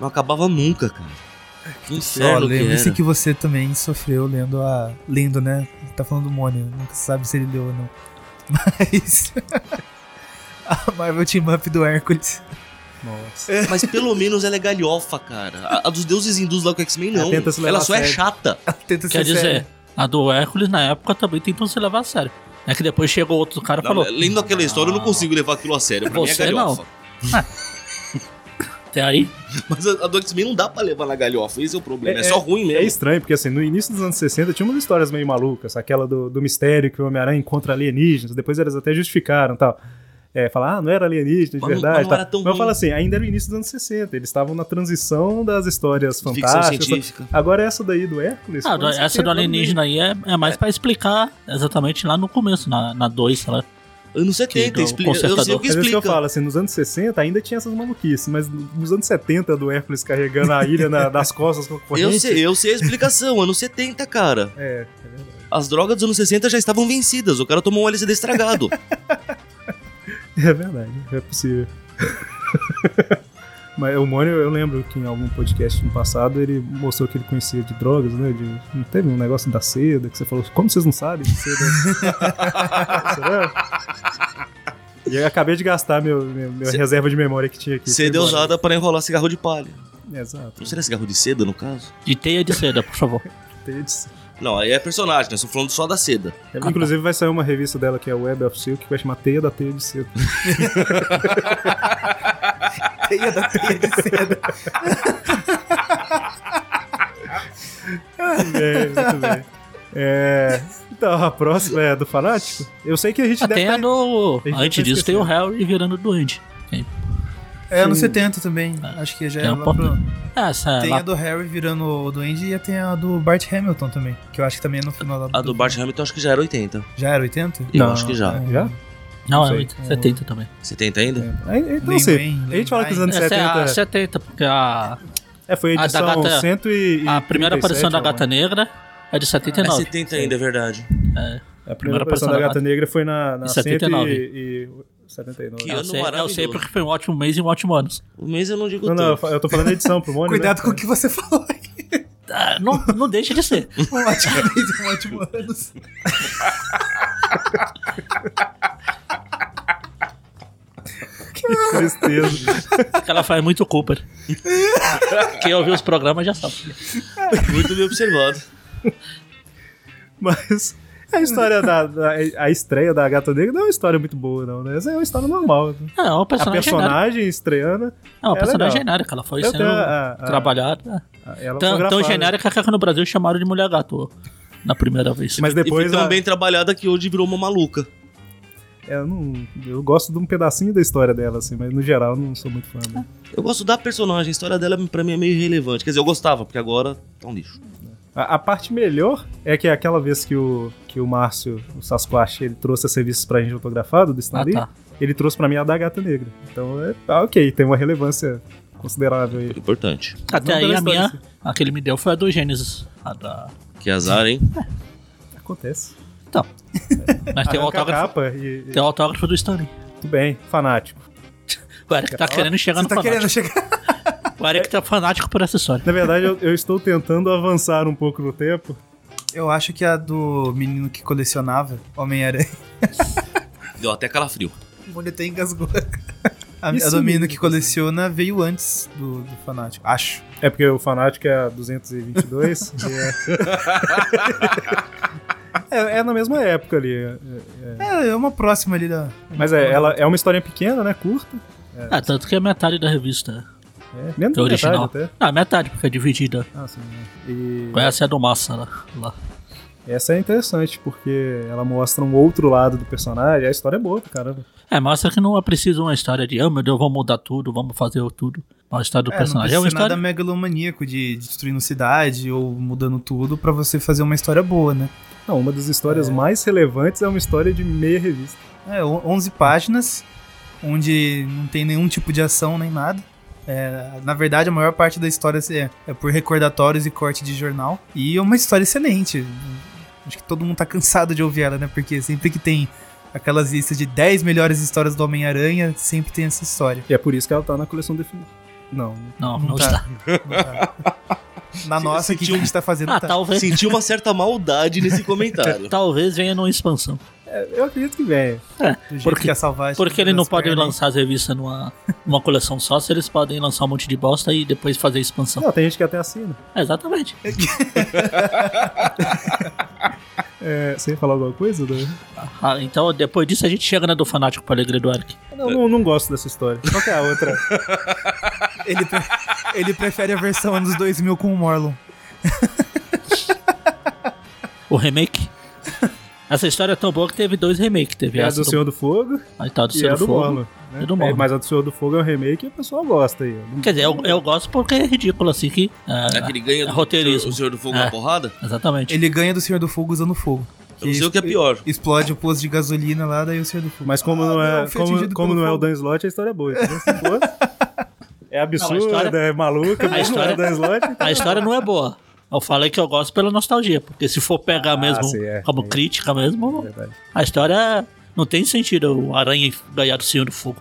Não acabava nunca, cara. Que Ó, inferno que lembre-se assim, era. que você também sofreu lendo a. Lendo, né? Tá falando do Mônio, nunca se sabe se ele leu ou não. Mas. a Marvel Team Up do Hércules. Nossa. Mas pelo menos ela é galhofa, cara. A, a dos deuses hindus lá com o X-Men, não. Ela tenta se levar Ela só é a sério. chata. Tenta Quer ser dizer, sério. a do Hércules na época também tentou se levar a sério. É que depois chegou outro cara e Não, falou: lendo aquela história, eu "Ah, não consigo levar aquilo a sério. Pra Você mim é não. galhofa. Até aí, Mas a, a do X-Men não dá pra levar na galhofa. Esse é o problema. É, É- só ruim É mesmo. estranho, porque assim, no início dos anos 60 tinha umas histórias meio malucas, aquela do, do mistério que o Homem-Aranha encontra alienígenas, depois eles até justificaram e tal. É, falar, ah, não era alienígena de Mas não- verdade. mas não tal. era tão mas eu ruim. falo assim, ainda era o início dos anos 60, eles estavam na transição das histórias Ficção fantásticas. científica. Agora essa daí do Hércules. Ah, foi do- anos essa 70 do também. alienígena aí é, é mais pra explicar exatamente lá no começo, na, na 2, sei lá. Anos Que 70, o explica. Eu sei o consertador. Mas é que isso que eu explica. falo, assim, nos anos 60 ainda tinha essas maluquices, mas nos anos 70 do Hércules carregando a ilha na- das costas com a corrente. Eu sei, eu sei a explicação, anos 70, cara. É, é verdade. As drogas dos anos 60 já estavam vencidas. O cara tomou um LCD estragado. É verdade, é possível. Mas o Mônio, eu lembro que em algum podcast no passado ele mostrou que ele conhecia de drogas, né? De, não teve um negócio da seda que você falou, como vocês não sabem de seda? Você lembra? E eu acabei de gastar meu, meu, minha Cê- reserva de memória que tinha aqui. Seda é Foi embora. usada para enrolar cigarro de palha. Exato. Não seria cigarro de seda, no caso? De teia de seda, por favor. Tem edição. Não, aí é personagem, né? Estou falando só da seda. tá. É Inclusive vai sair uma revista dela que é Web of Silk, que vai chamar Teia da Teia de Seda. Teia da teia de seda. Muito bem, muito bem. É, então, a próxima é a do Fanático. Eu sei que a gente deve Até tá- no. gente Antes tá disso, tem o Harry virando doente. É anos 70 também. Acho que já é Tem lá uma pro... Essa. é Tem lá- a do Harry virando o Duende e tem a do Bart Hamilton também. Que eu acho que também é no final da. A do Bart Hamilton acho que já era 80. Já era 80? Eu Não, É. acho que já. Já? Não, é sei. 80, 70 também. 70 ainda? Aí, Então, Lin assim, Wayne, a gente fala que os Lin anos Essa é a 70... 70, porque a, É, foi a a edição da gata- 100 e... a primeira aparição da Gata Negra. Negra é de É 79. 70 ainda, é verdade. É. A primeira aparição da Gata Negra foi na, na Em 79. 79. 100 e... e 79. Que Eu ano sei, eu maravilhoso. sei porque foi um ótimo mês e um ótimo ano. O mês eu não digo Não, não, eu tanto. fa- eu tô falando da edição pro Mônio, Cuidado né? com o que você falou aqui. Ah, não, não deixa de ser. Um ótimo mês e um ótimo ano. Que tristeza. Porque ela faz muito Cooper. Quem ouviu os programas já sabe. Muito bem observado. Mas a história da, da- A estreia da Gata Negra não é uma história muito boa, não, né? Essa é uma história normal. né? É, é uma A personagem genérica. personagem estreando... É Então, uma é personagem legal. genérica. Ela foi Eu sendo tenho a- a- trabalhada. Ela Tão, tão autografada. genérica que aqui no Brasil chamaram de mulher gato na primeira vez. Mas E foi depois... tão a- é, bem trabalhada que hoje virou uma maluca. Eu, não, eu gosto de um pedacinho da história dela, assim, mas no geral eu não sou muito fã. né? Eu gosto da personagem, a história dela pra mim é meio irrelevante. Quer dizer, eu gostava, porque agora tá um lixo. A, a parte melhor é que aquela vez que o, que o Márcio, o Sasquatch, ele trouxe as revistas pra gente autografado do Stan Ah, Lee, tá. ele trouxe pra mim a da Gata Negra. Então, é, tá ok, tem uma relevância considerável aí. É Importante. Até Não aí pela a história, assim. minha. A que ele me deu foi a do Gênesis. A da. Que azar, hein? Acontece. Mas tem o Arranca a autógrafo. capa e, e Tem um- o autógrafo do Stanley. tudo bem, fanático. O Eric tá querendo chegar Você no tá fanático. querendo chegar. O Eric tá fanático por essa história. Na verdade, eu, eu estou tentando avançar um pouco no tempo. Eu acho que a do menino que colecionava Homem-Aranha. Deu até calafrio. O Mônio até engasgou. A, a Isso do menino mesmo. que coleciona veio antes do, do Fanático. Acho. É porque o fanático é a 222. e é... é, é na mesma época ali. é- é- é. É, é uma próxima ali da. Mas é, ela é uma historinha pequena, né? Curta. Ah, tanto que é metade da revista. É, menos Que da metade é original. até. Ah, metade, porque é dividida. Ah, sim. é. E Conhece a do Massa lá. lá. essa é interessante, porque ela mostra um outro lado do personagem. A história é boa, pra caramba. É, mostra que não é preciso uma história de, ah, meu Deus, vamos mudar tudo, vamos fazer tudo. Mas a história do É, não personagem é precisa uma nada história. megalomaníaco de, de destruindo cidade ou mudando tudo pra você fazer uma história boa, né? Não, uma das histórias mais relevantes é uma história de meia revista. É, on- 11 páginas, onde não tem nenhum tipo de ação nem nada. É, na verdade, a maior parte da história é, é por recordatórios e corte de jornal. E é uma história excelente. Acho que todo mundo tá cansado de ouvir ela, né? Porque sempre que tem aquelas listas de 10 melhores histórias do Homem-Aranha, sempre tem essa história. E é por isso que ela tá na coleção definitiva. Não, né? Não, Não não tá. está. Não tá. Na nossa, aqui que a gente tá fazendo. Ah, tá. talvez. Senti uma certa maldade nesse comentário. Talvez venha numa expansão. É, eu acredito que venha. Do jeito porque- que a Salvagem Porque ele não das pode pernas. lançar as revistas numa, numa coleção só, se eles podem lançar um monte de bosta e depois fazer expansão. Não, tem gente que até assina. É, exatamente. É, você ia falar alguma coisa? Dan? Ah, então depois disso a gente chega na do fanático pra alegria do Eric. Não, não, não gosto dessa história. Qual que é a outra? Ele, pre- ele prefere a versão anos 2000 com o Morlon. O remake. Essa história é tão boa que teve dois remakes. Teve é a essa do Senhor do Fogo Aí tá do e Senhor a do Fogo. Mormon. né? E do Mormon. É, mas a do Senhor do Fogo é um remake e o pessoal gosta aí. ó. Quer dizer, eu, eu gosto porque é ridículo assim que. É é, Aquele ganha é do roteirismo. o Senhor do Fogo É. na porrada? Exatamente. Ele ganha do Senhor do Fogo usando fogo. Eu não sei o que é pior. Explode o posto de gasolina lá, daí o Senhor do Fogo. Mas como não Ah, é, não, fui como, atingido como pelo não é o fogo. Dan Slott, a história é boa. entendeu? Se fosse, é absurda, história- é maluca, mas não é o história- Dan Slott. A história não é boa. Eu falei que eu gosto pela nostalgia, porque se for pegar mesmo sim, é, como é. crítica mesmo, verdade. a história não tem sentido o Aranha ganhar do Senhor do Fogo.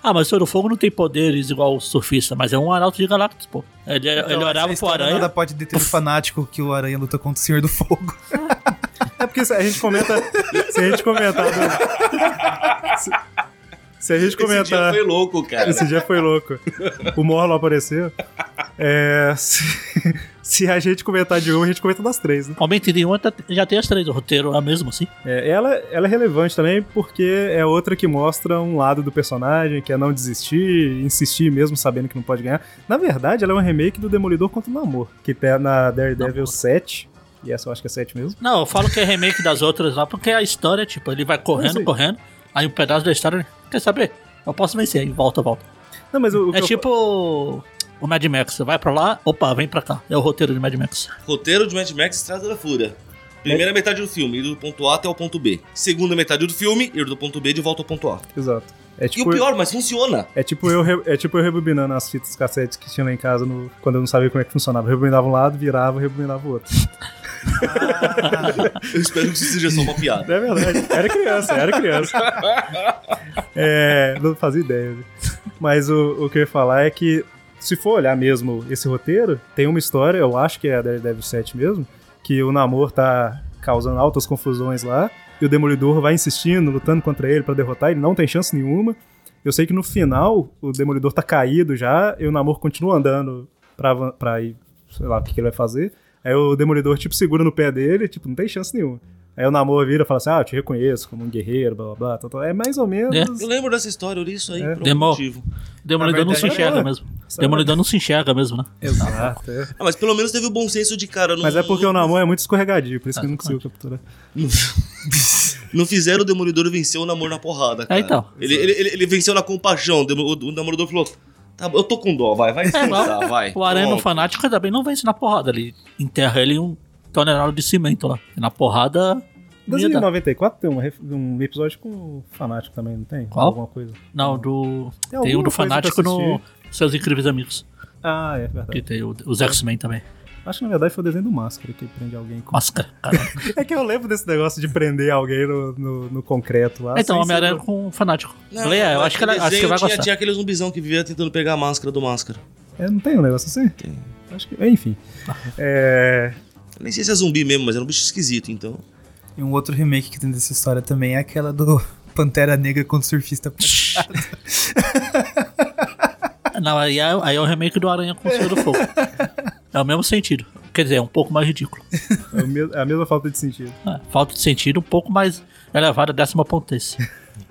Ah, mas o Senhor do Fogo não tem poderes igual o surfista, mas é um arauto de Galactus, pô. Ele, Então, ele essa orava pro história Aranha. Nada pode deter o fanático que o Aranha luta contra o Senhor do Fogo. É porque se a gente comenta. se a gente comentar. do- se, se a gente comentar. Esse dia foi louco, cara. Esse dia foi louco. O Morlo apareceu. É, se, se a gente comentar de uma, a gente comenta das três, né? Aumento de um, tá- já tem as três, o roteiro é mesmo assim. É, ela, ela é relevante também porque é outra que mostra um lado do personagem, que é não desistir, insistir mesmo sabendo que não pode ganhar. Na verdade, ela é um remake do Demolidor contra o Namor, que tá na Daredevil Namor. 7. E essa eu acho que é 7 mesmo. Não, eu falo que é remake das outras lá, porque a história, tipo, ele vai correndo, sei. correndo, aí um pedaço da história, quer saber? Eu posso vencer, aí volta, volta. Não, mas o, o É que eu- tipo o Mad Max, você vai pra lá, opa, vem pra cá. É o roteiro de Mad Max. Roteiro de Mad Max Estrada da Fúria. Primeira metade do filme, indo do ponto A até o ponto B. Segunda metade do filme, indo do ponto B de volta ao ponto A. Exato. É E tipo, o pior, mas funciona. É tipo, eu, re- é tipo eu rebobinando as fitas cassetes que tinha lá em casa no- quando eu não sabia como é que funcionava. Eu rebobinava um lado, virava, rebobinava o outro. Eu espero que isso seja só uma piada. É verdade. Era criança, era criança. É, não fazia ideia. né? Mas o, o que eu ia falar é que, se for olhar mesmo esse roteiro, tem uma história, eu acho que é a Daredevil 7 mesmo, que o Namor tá causando altas confusões lá, e o Demolidor vai insistindo, lutando contra ele pra derrotar, ele não tem chance nenhuma. Eu sei que no final o Demolidor tá caído já, e o Namor continua andando pra, avan- pra ir, sei lá o que, que ele vai fazer. Aí o Demolidor, tipo, segura no pé dele, tipo, não tem chance nenhuma. Aí o Namor vira e fala assim, ah, eu te reconheço como um guerreiro, blá blá blá, tal, tal. É mais ou menos... É. Eu lembro dessa história, eu li isso aí por algum Demo. motivo. Demolidor não verdade, se enxerga é. mesmo. Sabe? Demolidor não se enxerga mesmo, né? Exato. é. Ah, mas pelo menos teve o bom senso de cara. Não, Mas é porque o não, Namor é muito escorregadio, por isso que eu não consigo capturar. não fizeram o Demolidor vencer o namoro na porrada, cara. então. Ele, ele, ele- ele venceu na compaixão. demo- O, o Namorudor falou: Tá, bom, eu tô com dó, vai, vai descansar, vai. É, O Aranha no Pronto. fanático também não vence na porrada. Ele enterra ele em um tonelado de cimento lá. E na porrada. não ia dar. 2094 tem um, ref- um episódio com o Fanático também, não tem? Qual? Alguma coisa. Não, do. Tem alguma Tem um do coisa pra fanático no Seus Incríveis Amigos. Ah, é verdade. Que tem o- os X-Men também. Acho que na verdade foi o desenho do Máscara que prende alguém com... Máscara, cara. É que eu lembro desse negócio de prender alguém no, no, no concreto lá. então, Tá sem Homem-Aranha ser- com o fanático. Não, Leia, é, eu mas acho que, ela, no acho que desenho vai tinha, gostar. Tinha aquele zumbizão que vivia tentando pegar a máscara do máscara. É, não tem um negócio assim? Tem. Acho que... Enfim. É... Eu nem sei se é zumbi mesmo, mas era um bicho esquisito, então. E um outro remake que tem dessa história também é aquela do Pantera Negra contra o Surfista. Não, aí é, aí é o remake do Aranha com o Senhor do Fogo. É o mesmo sentido. Quer dizer, é um pouco mais ridículo. é o me- é a mesma falta de sentido. É, Falta de sentido um pouco mais elevada, décima potência.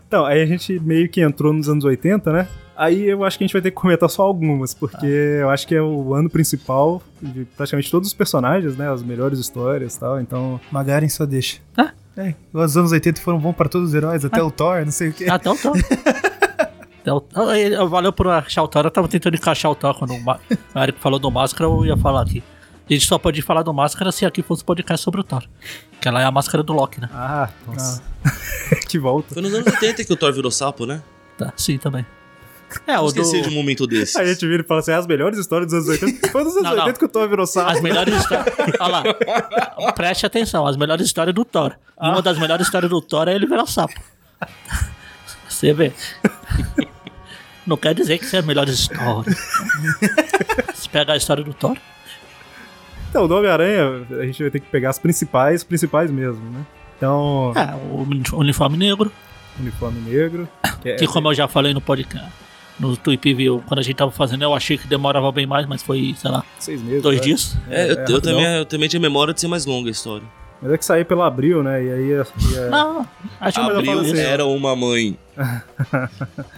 Então, aí a gente meio que entrou nos anos 80, né? Aí eu acho que a gente vai ter que comentar só algumas, porque Ah. eu acho que é o ano principal de praticamente todos os personagens, né? As melhores histórias e tal, então... Magaren só deixa. Ah. É, os anos 80 foram bons pra todos os heróis, até o Thor, não sei o quê. Até o Thor. Até o- então tá. Ah, ele- Valeu por achar o Thor. Eu tava tentando encaixar o Thor quando o Ma- o Eric falou do Máscara, eu ia falar aqui. A gente só pode falar do Máscara se aqui fosse um podcast sobre o Thor. Que ela é a máscara do Loki, né? Ah, nossa. Ah. que volta. Foi nos anos 80 que o Thor virou sapo, né? Tá, sim, também. É, Eu o do... esqueci de um momento desse. A gente vira e fala assim, as melhores histórias dos anos 80. Foi nos anos Não, não. 80 que o Thor virou sapo. As melhores histórias. Olha lá. Preste atenção, as melhores histórias do Thor. Ah. Uma das melhores histórias do Thor é ele virar sapo. Você vê. Não quer dizer que isso é a melhor história. Se pegar a história do Thor, Então, do Homem-Aranha, a gente vai ter que pegar as principais, principais mesmo, né? Então, é o uni- uniforme negro, uniforme negro. que é- que como eu já falei no podcast, no Tweep View, quando a gente tava fazendo, eu achei que demorava bem mais, mas foi, sei lá, seis meses. dois né? dias. É, eu, é eu rapidão. também, eu também tinha memória de ser mais longa a história. Mas é que saiu pelo abril, né? E aí. e é- Não, acho que eu Abril falo isso. era uma mãe.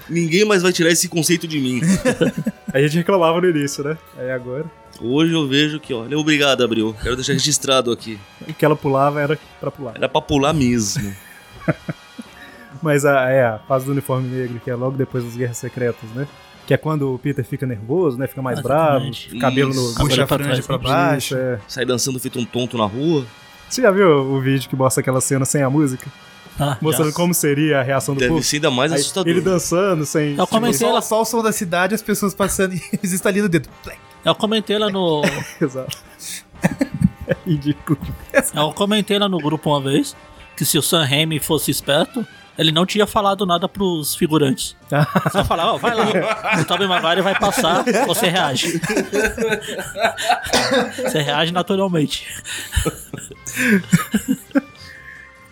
Ninguém mais vai tirar esse conceito de mim. A gente reclamava no início, né? Aí agora. Hoje eu vejo que, olha, obrigado, Abril. Quero deixar registrado aqui. O que ela pulava era pra pular. Era pra pular mesmo. Mas a, é, a fase do uniforme negro, que é logo depois das Guerras Secretas, né? Que é quando o Peter fica nervoso, né? Fica mais bravo, Ah, Exatamente. cabelo Isso. no. Puxa a pra franja trás, pra né? baixo. é. Sai dançando feito um tonto na rua. Você já viu o vídeo que mostra aquela cena sem a música? Ah, Mostrando já. como seria a reação do Deve povo? ser ainda mais Aí assustador. ele dançando sem. Eu comecei Só, lá só o som da cidade, as pessoas passando e eles estaliam o dedo. Eu comentei lá no, Exato. É Ridículo. Eu comentei lá no grupo uma vez que se o Sam Raimi fosse esperto, ele não tinha falado nada pros figurantes. Só falava, ó, vai lá, o Tobey Maguire vai passar, você reage. você reage naturalmente.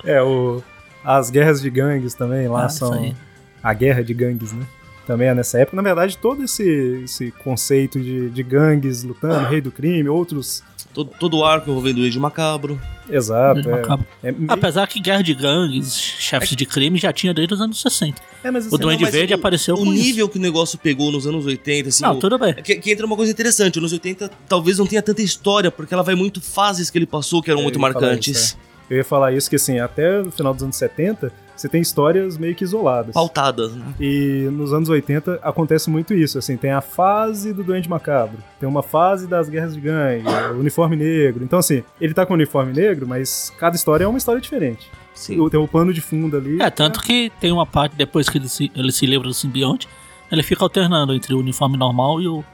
É, o... as guerras de gangues também lá Ah, isso são aí. a guerra de gangues, né? Também é nessa época. Na verdade, todo esse, esse conceito de, de gangues lutando, rei do crime, outros. Todo, todo o arco envolvendo o Ed Macabro. Exato. É, Macabro. é meio- Apesar que guerra de gangues, chefes de crime já tinha desde os anos 60. é, mas O assim, Duende mas Verde o- apareceu o com isso. nível que o negócio pegou nos anos 80, assim. Não, o- tudo bem. É Que, que entra uma coisa interessante, nos 80 talvez não tenha tanta história, porque ela vai muito fases que É, ele passou que eram Eu muito ia falar marcantes. isso, eu ia falar isso, que assim, até o final dos anos 70, você tem histórias meio que isoladas. Pautadas. né? E nos anos 80 acontece muito isso, assim, tem a fase do Duende Macabro, tem uma fase das guerras de gangue, o uniforme negro. Então, assim, ele tá com o uniforme negro, mas cada história é uma história diferente. Sim. O- Tem o pano de fundo ali. É, tanto que tem uma parte depois que ele se, ele se livra do simbionte, ele fica alternando entre o uniforme normal e o,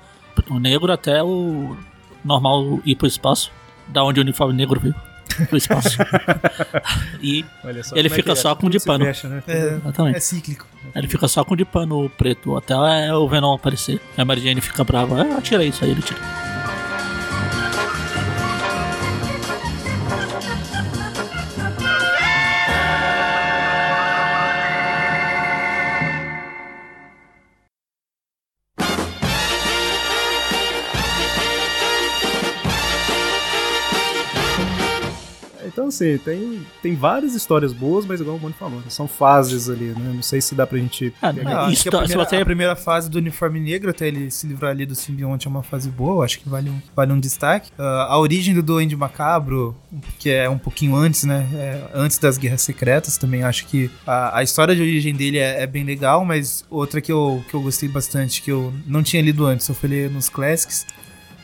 o negro até o normal ir pro espaço, da onde o uniforme negro veio pro espaço. e Olha só, ele como é fica que é? só com Tudo de se pano. fecha, né? É, exatamente. é cíclico. Ele fica só com de pano preto até o Venom aparecer. A Mary Jane fica brava. Ah, tira isso aí, ele tira. Então, assim, tem, tem várias histórias boas, mas igual o Mano falou, né? são fases ali, né? Não sei se dá pra gente. Ah, pegar. não. Ah, acho Isso que a tá- se primeira, você- a primeira fase do uniforme negro, até ele se livrar ali do simbionte, é uma fase boa, eu acho que vale um, vale um destaque. Ah, a origem do Duende Macabro, que é um pouquinho antes, né? é, antes das Guerras Secretas, também acho que a, a história de origem dele é, é bem legal, mas outra que eu, que eu gostei bastante, que eu não tinha lido antes, eu fui ler nos Classics,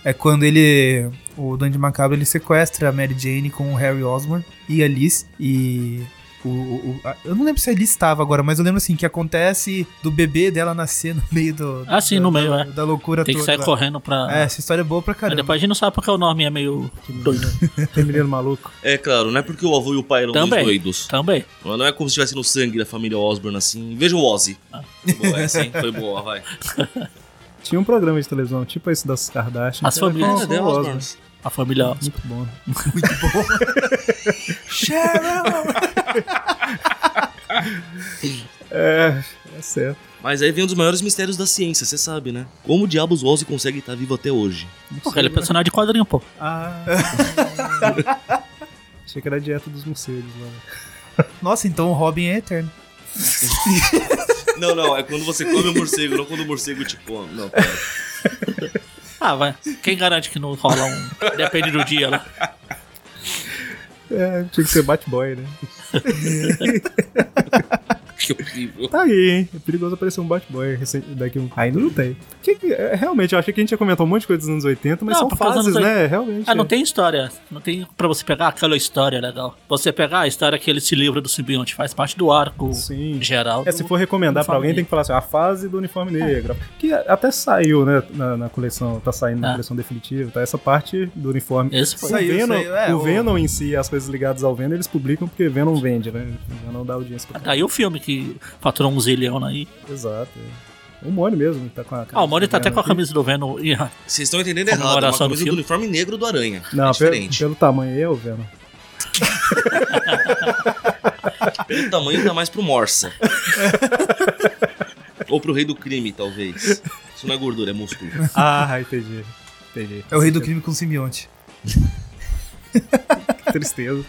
é quando ele. O Duende Macabro ele sequestra a Mary Jane com o Harry Osborn e a Liz. E o- o- o- a- eu não lembro se ele estava agora, mas eu lembro assim que acontece do bebê dela nascer no meio do. Ah, sim, da- no meio, da, é. Da loucura Tem que toda. sair lá. correndo pra. É, essa história é boa pra Mas caramba. depois a gente não sabe porque o nome é meio doido. Tem menino maluco. É claro, não é porque o avô e o pai eram dois Também. doidos. Também. Não é- não é como se estivesse no sangue da família Osborne, assim. Veja o Ozzy. Foi boa, essa, hein? Foi boa, vai. Tinha um programa de televisão, tipo esse das Kardashian. As que era famílias. né? com- com o Osborn. A família. Muito bom. Sharon! É, é certo. Mas aí vem um dos maiores mistérios da ciência, você sabe, né? Como diabos o Ozzy consegue estar vivo até hoje? Pô, né? ele é personagem de quadrinho, pô. Ah. Achei que era a dieta dos morcegos lá. Nossa, então o Robin é eterno. Não, não, é quando você come o morcego, não quando o morcego te come. Não, é pera. Ah, vai. Quem garante que não rola um. Depende do dia lá. É, tinha que ser Batboy, né? que horrível. Tá aí, hein? É perigoso aparecer um Batboy recen- daqui um... Ainda não tem. Que que- é, realmente, eu achei que a gente ia comentar um monte de coisa dos anos 80, mas Não, são porque os anos fases, 80 né? Realmente. Ah, não é. tem história. Não tem pra você pegar aquela história legal. Você pegar a história que ele se livra do simbionte, faz parte do arco Sim. geral. É, do- se for recomendar pra uniforme É. alguém, tem que falar assim, a fase do uniforme negro. Que a- até saiu, né, na, na coleção, tá saindo na Ah. coleção definitiva, tá? Essa parte do uniforme. Esse foi. Saiu, o Venom, saiu, é, o o- Venom em si, as coisas ligadas ao Venom, eles publicam porque Venom vende, né? Venom dá audiência pra Daí o filme que faturou um zilhão aí. Exato. é. O Mone mesmo tá com a Ah, o Mori tá até vendo com a aqui. camisa do Venom. e- ah, Vocês estão entendendo errado, é uma Comemoração do camisa do filme. uniforme negro do Aranha. Não, é pelo- diferente. pelo tamanho aí é o Venom. Pelo tamanho tá mais pro Morsa. Ou pro Rei do Crime, talvez. Isso não é gordura, é músculo. Ah, entendi. Entendi. É o rei do crime com simbionte. Que tristeza.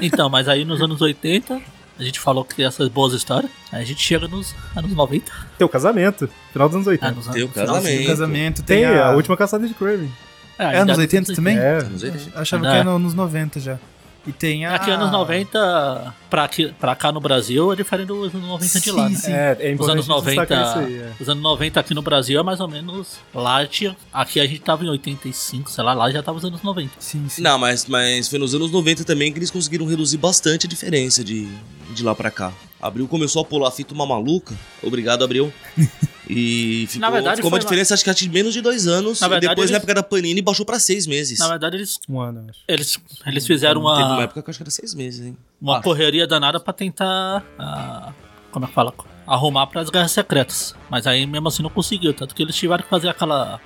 Então, mas aí nos anos 80, a gente falou que tem essas boas histórias. Aí a gente chega nos anos 90. Teu casamento, final dos anos Ah, 80. nos Tem o anos- finalzinho. Tem o casamento. casamento, tem, Tem a última caçada de Kraven. É, É ainda- anos 80 também? É. Não sei, Eu achava Ah. que era nos 90 já. E tem a. Aqui anos 90, pra, aqui, pra cá no Brasil, é diferente dos anos 90 de lá, Sim, né? sim. É, é Os importante anos 90, destacar isso aí, é. os anos 90 aqui no Brasil é mais ou menos lá tinha, aqui a gente tava em 85, sei lá, lá já tava os anos 90. Sim, sim. Não, mas, mas foi nos anos 90 também que eles conseguiram reduzir bastante a diferença de, de lá pra cá. Abril começou a pular a fita uma maluca. Obrigado, Abril. E ficou, Na verdade, ficou uma foi lá- diferença, acho que acho, de menos de dois anos. Na e verdade, depois, na eles- época da Panini, baixou pra seis meses. Na verdade, eles, Um ano, eu acho. eles, eles fizeram Teve uma uma, época que eu acho que era seis meses, hein? uma Ah. correria danada pra tentar. ah, como é que fala? Arrumar pras guerras secretas. Mas aí mesmo assim não conseguiu. Tanto que eles tiveram que fazer aquela.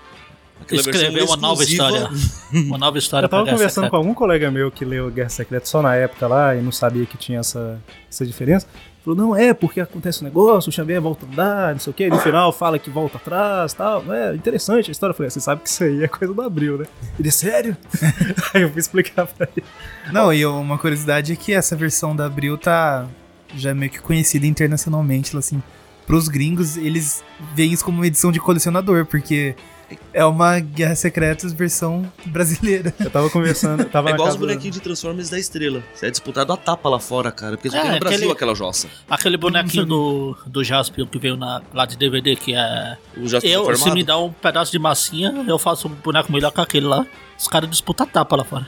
Aquela versão escrever uma nova exclusiva. história. Uma nova história Eu tava pra guerra conversando secreta. com algum colega meu que leu Guerra Secreta só na época lá e não sabia que tinha essa, essa diferença. Falou, não, é porque acontece um negócio, o Xavier volta a andar, não sei o que, no final fala que volta atrás e tal. É interessante a história. Eu falei, você sabe que isso aí é coisa do Abril, né? Ele, sério? aí eu fui explicar pra ele. Não, e uma curiosidade é que essa versão da Abril tá já meio que conhecida internacionalmente, ela, assim. Pros gringos, eles veem isso como uma edição de colecionador, porque é uma Guerra Secretas versão brasileira. Eu tava conversando, eu tava É na igual os casa... bonequinhos de Transformers da Estrela. Você é disputado a tapa lá fora, cara. Porque só É, tem no Brasil aquele- aquela jossa. Aquele bonequinho do, do Jaspion que veio na, lá de DVD, que é. O Jasper Eu, se formado. me dá um pedaço de massinha, eu faço um boneco melhor que aquele lá. Os caras disputam tapa lá fora.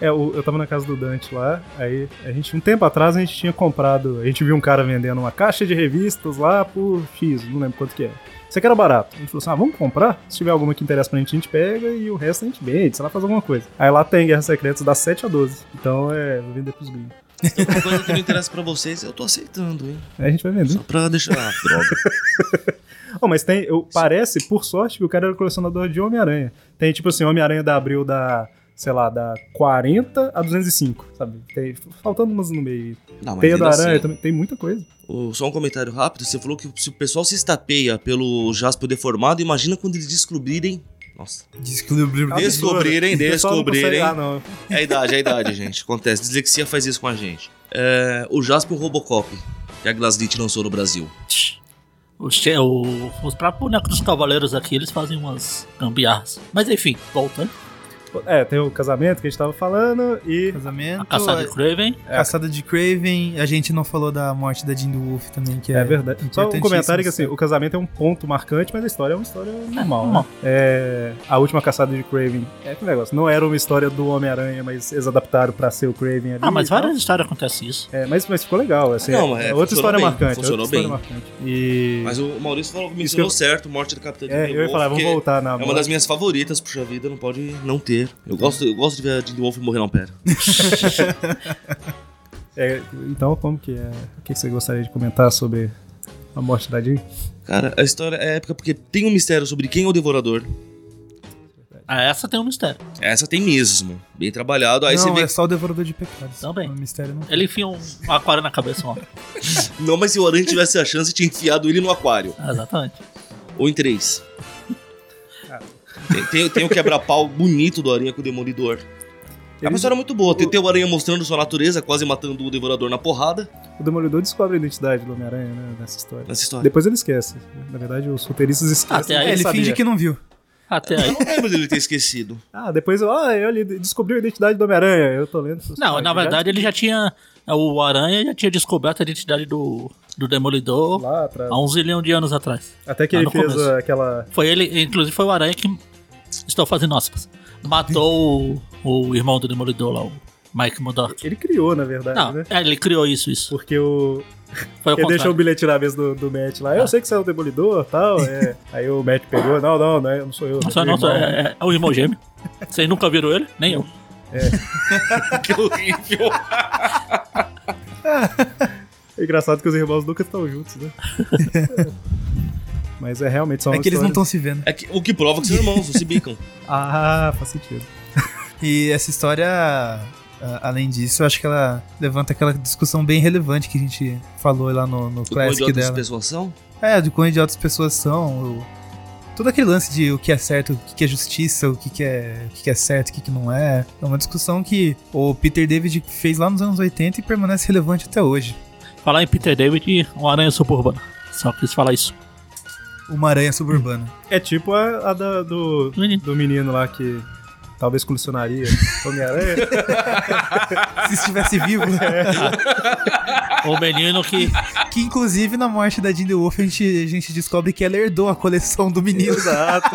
É, o- eu tava na casa do Dante lá, aí a gente, um tempo atrás, a gente tinha comprado, a gente viu um cara vendendo uma caixa de revistas lá por X, não lembro quanto que é. Isso aqui era barato. A gente falou assim, ah, vamos comprar? Se tiver alguma que interessa pra gente, a gente pega e o resto a gente vende, sei lá, faz alguma coisa. Aí lá tem Guerra Secretas das 7 a 12. Então é, vou vender pros gringos. Então, uma coisa que não interessa pra vocês, eu tô aceitando, hein? Aí a gente vai vender. Só pra deixar. Ah, droga. Oh, mas tem, eu, parece, por sorte, que o cara era colecionador de Homem-Aranha. Tem tipo assim, Homem-Aranha da Abril da, sei lá, da 40 a 205, sabe? Tem, faltando umas no meio. Não, mas Teia ainda da Aranha, então. assim, também, tem muita coisa. o- Só um comentário rápido. Você falou que se o pessoal se estapeia pelo Jasper deformado, imagina quando eles descobrirem. Nossa. Diz que o Abril- Absurdo. Descobrirem, O pessoal não consegue- descobrirem. Ah, não. É a idade, é a idade, gente. Acontece. Dislexia faz isso com a gente. É, o Jasper Robocop, que a Glaslit lançou no Brasil. O che- o- os próprios bonecos dos cavaleiros aqui, eles fazem umas gambiarras. Mas enfim, voltando. É, tem o casamento que a gente tava falando e. A Casamento. caçada de né? Craven. É. Caçada de Craven, a gente não falou da morte da Jean do Wolf também, que é, É, verdade. Só um importantíssimo. comentário que assim, o casamento é um ponto marcante, mas a história é uma história normal. né? É, a última caçada de Craven é aquele negócio. Não era uma história do Homem-Aranha, mas eles adaptaram pra ser o Craven ali. Ah, mas e tal. várias histórias acontecem isso. É, mas, mas ficou legal. Assim, Não, mas é, é outra funcionou história bem, marcante. funcionou outra história bem. marcante. E. Mas o Maurício falou, mencionou certo, morte do Capitão é, Jimmy eu ia Wolf, falar, vamos que voltar na. É uma das minhas favoritas, puxa vida, não pode não ter. Eu gosto, eu gosto de ver a Jim Wolf morrer na pera. É, então, como que é? O que você gostaria de comentar sobre a morte da Jean? Cara, a história é épica porque tem um mistério sobre quem é o devorador. Ah, essa tem um mistério. Essa tem mesmo. Bem trabalhado. Aí não, você vê. é só o Devorador de Pecados. Também. O mistério não. Ele enfia um aquário na cabeça, ó. Não, mas se o Aranha tivesse a chance, tinha enfiado ele no aquário. Ah, Exatamente. Ou em três. Tem, tem, tem o quebra-pau bonito do Aranha com o Demolidor. É uma Eles- história muito boa. Tem, tem o Aranha mostrando sua natureza, quase matando o Devorador na porrada. O Demolidor descobre a identidade do Homem-Aranha, né, nessa história. Nessa história. Depois ele esquece. Na verdade, os roteiristas esquecem. Até aí que É, ele sabia. finge que não viu. Até aí. Eu não lembro dele ter esquecido. Ah, depois, ó, ah, ele descobriu a identidade do Homem-Aranha. Eu tô lendo. Não, na verdade ele já tinha. O Aranha já tinha descoberto a identidade do, do Demolidor Lá atrás. há um zilhão de anos atrás. Até que lá ele no fez começo. aquela. Foi ele, inclusive foi o Aranha que. Estou fazendo aspas. Matou o, o irmão do Demolidor lá, o Mike Murdock. Ele criou, na verdade, Não, né? é, ele criou isso, isso. Porque o. Foi Ele o deixou o contrário. bilhete na mesa do, do Matt lá. Eu sei que você é o demolidor tal. é. Aí o Matt pegou. Não, não, não, é- não sou eu. Não, só meu não, só- irmão." é, é- é o irmão gêmeo. Vocês nunca viram ele? Nem eu. Que horrível. É Engraçado que os irmãos nunca estão juntos, né? Mas é realmente só uma É que eles não história- estão se vendo. É que- o que prova que são irmãos, se bicam. Ah, faz sentido. E essa história, a- além disso, eu acho que ela levanta aquela discussão bem relevante que a gente falou lá no, no O Classic idiota de dela. pessoação. É, de quão idiotas pessoas são. o- Todo aquele lance de o que é certo, o que que é justiça, o que que é, o que que é certo, o que que não é. É uma discussão que o Peter David fez lá nos anos 80 e permanece relevante até hoje. Falar em Peter David, um aranha suburbano. Só quis falar isso. Uma aranha suburbana. É tipo a, a da- do, Menino. do menino lá que talvez colecionaria Homem-Aranha. Se estivesse vivo. O menino que. Que inclusive na morte da Jane Wolf a gente, a gente descobre que ela herdou a coleção do menino. Exato.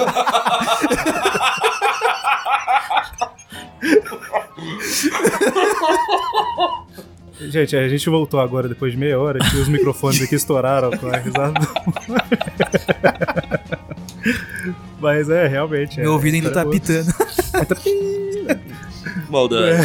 Gente, a gente voltou agora depois de meia hora que os microfones aqui estouraram com a risada. do- Mas é, realmente. é. Meu ouvido ainda tá Putz. pitando. Maldade. É.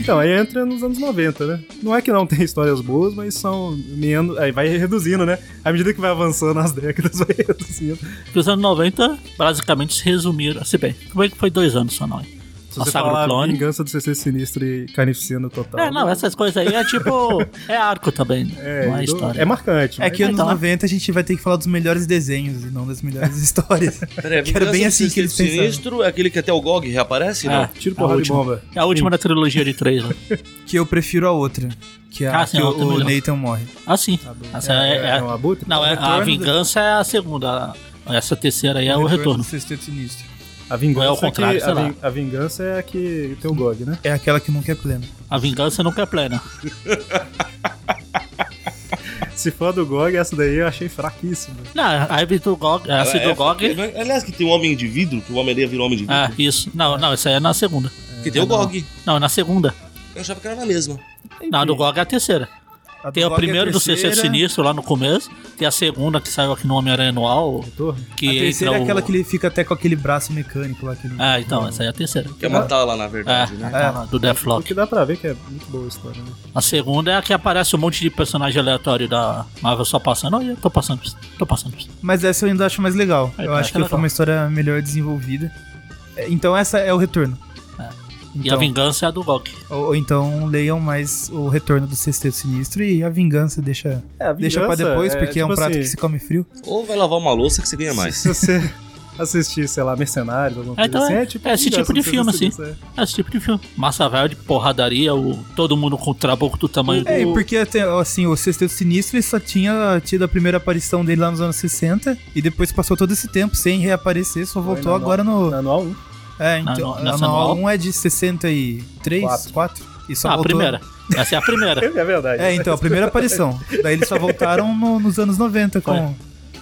Então, aí entra nos anos 90, né? Não é que não tem histórias boas, mas são menos. Aí vai reduzindo, né? À medida que vai avançando as décadas, vai reduzindo. Porque os anos 90 basicamente se resumiram. Se bem, como é que foi dois anos só, não? é? Se A você Saga do falar Clone. vingança do CC Sinistro e carnificina total. É, não, essas coisas aí é tipo. é arco também. É, não é do- história. é marcante. É mas- que anos Então. 90 a gente vai ter que falar dos melhores desenhos e não das melhores histórias. Peraí, Que era bem Vingança do assim que eles Sexteto pensavam. um Sinistro é aquele que até o GOG reaparece, É, né? Tiro é a porrada de última. bomba. É a última da trilogia de três, né? Que eu prefiro a outra. Que é a Ah, sim, que a o, outra é o melhor. Nathan morre. Ah, sim. Essa é, é- É um abutre? não, é, a retorno vingança é a segunda. Essa terceira aí é o retorno. do Sexteto Sinistro. A vingança Ou é o contrário, que, sei a, lá. vin- a vingança é a que tem o GOG, né? É aquela que nunca é plena. A vingança nunca é plena. Se for a do GOG, essa daí eu achei fraquíssima. Não, a Ivy do GOG. Essa Ela do é- GOG. é- Aliás, que tem um homem de vidro, que o Homem-Aranha virou homem de vidro. Ah, isso. Não, não, essa aí é na segunda. que tem o GOG. Não, é na segunda. Eu achava que era na mesma. Não, a do GOG é a terceira. A Tem o Gog é a primeiro do CC terceira, Sinistro lá no começo. Tem a segunda que saiu aqui no Homem-Aranha Anual. Retorno? Que a terceira entra é o- aquela que ele fica até com aquele braço mecânico lá. Aquele... Ah, então, essa aí é a terceira. Quer matar ela, na É, verdade, né? aquela do O Deathlock. que dá pra ver que é muito boa a história, né? A segunda é a que aparece um monte de personagem aleatório da Marvel só passando. Olha, tô passando, tô passando. Mas essa eu ainda acho mais legal. É, eu essa acho que é foi uma legal. história melhor desenvolvida. É, Então essa é o retorno. É. E a Então, vingança é a do GOG. ou, ou então leiam mais o retorno do Sexteto Sinistro e a vingança deixa, É, a deixa pra vingança depois, porque é, um tipo prato assim, que se come frio. Ou vai lavar uma louça que você ganha mais. Se você assistir, sei lá, Mercenários, alguma coisa então assim, é- é tipo é esse vingança tipo de do CC filme, assim. Sinistro, é. É esse tipo de filme. Massa velha de porradaria, o, todo mundo com o trabuco do tamanho do. Ah, É, e porque até, assim, o Sexteto Sinistro ele só tinha tido a primeira aparição dele lá nos anos 60 e depois passou todo esse tempo sem reaparecer, só voltou na- agora no. Na né? anual 1. É, na- então. nessa a anual? 1 é de 63, Quatro. 4. e só Ah, a voltou- primeira. Essa é a primeira. É verdade. É, então, a primeira aparição. Daí eles só voltaram no- nos anos 90 com,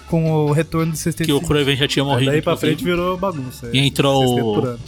com o retorno do Sexteto que o Sinistro. Craven já tinha morrido. Daí pra inclusive. frente virou bagunça. E é, entrou sexteto o- por ano.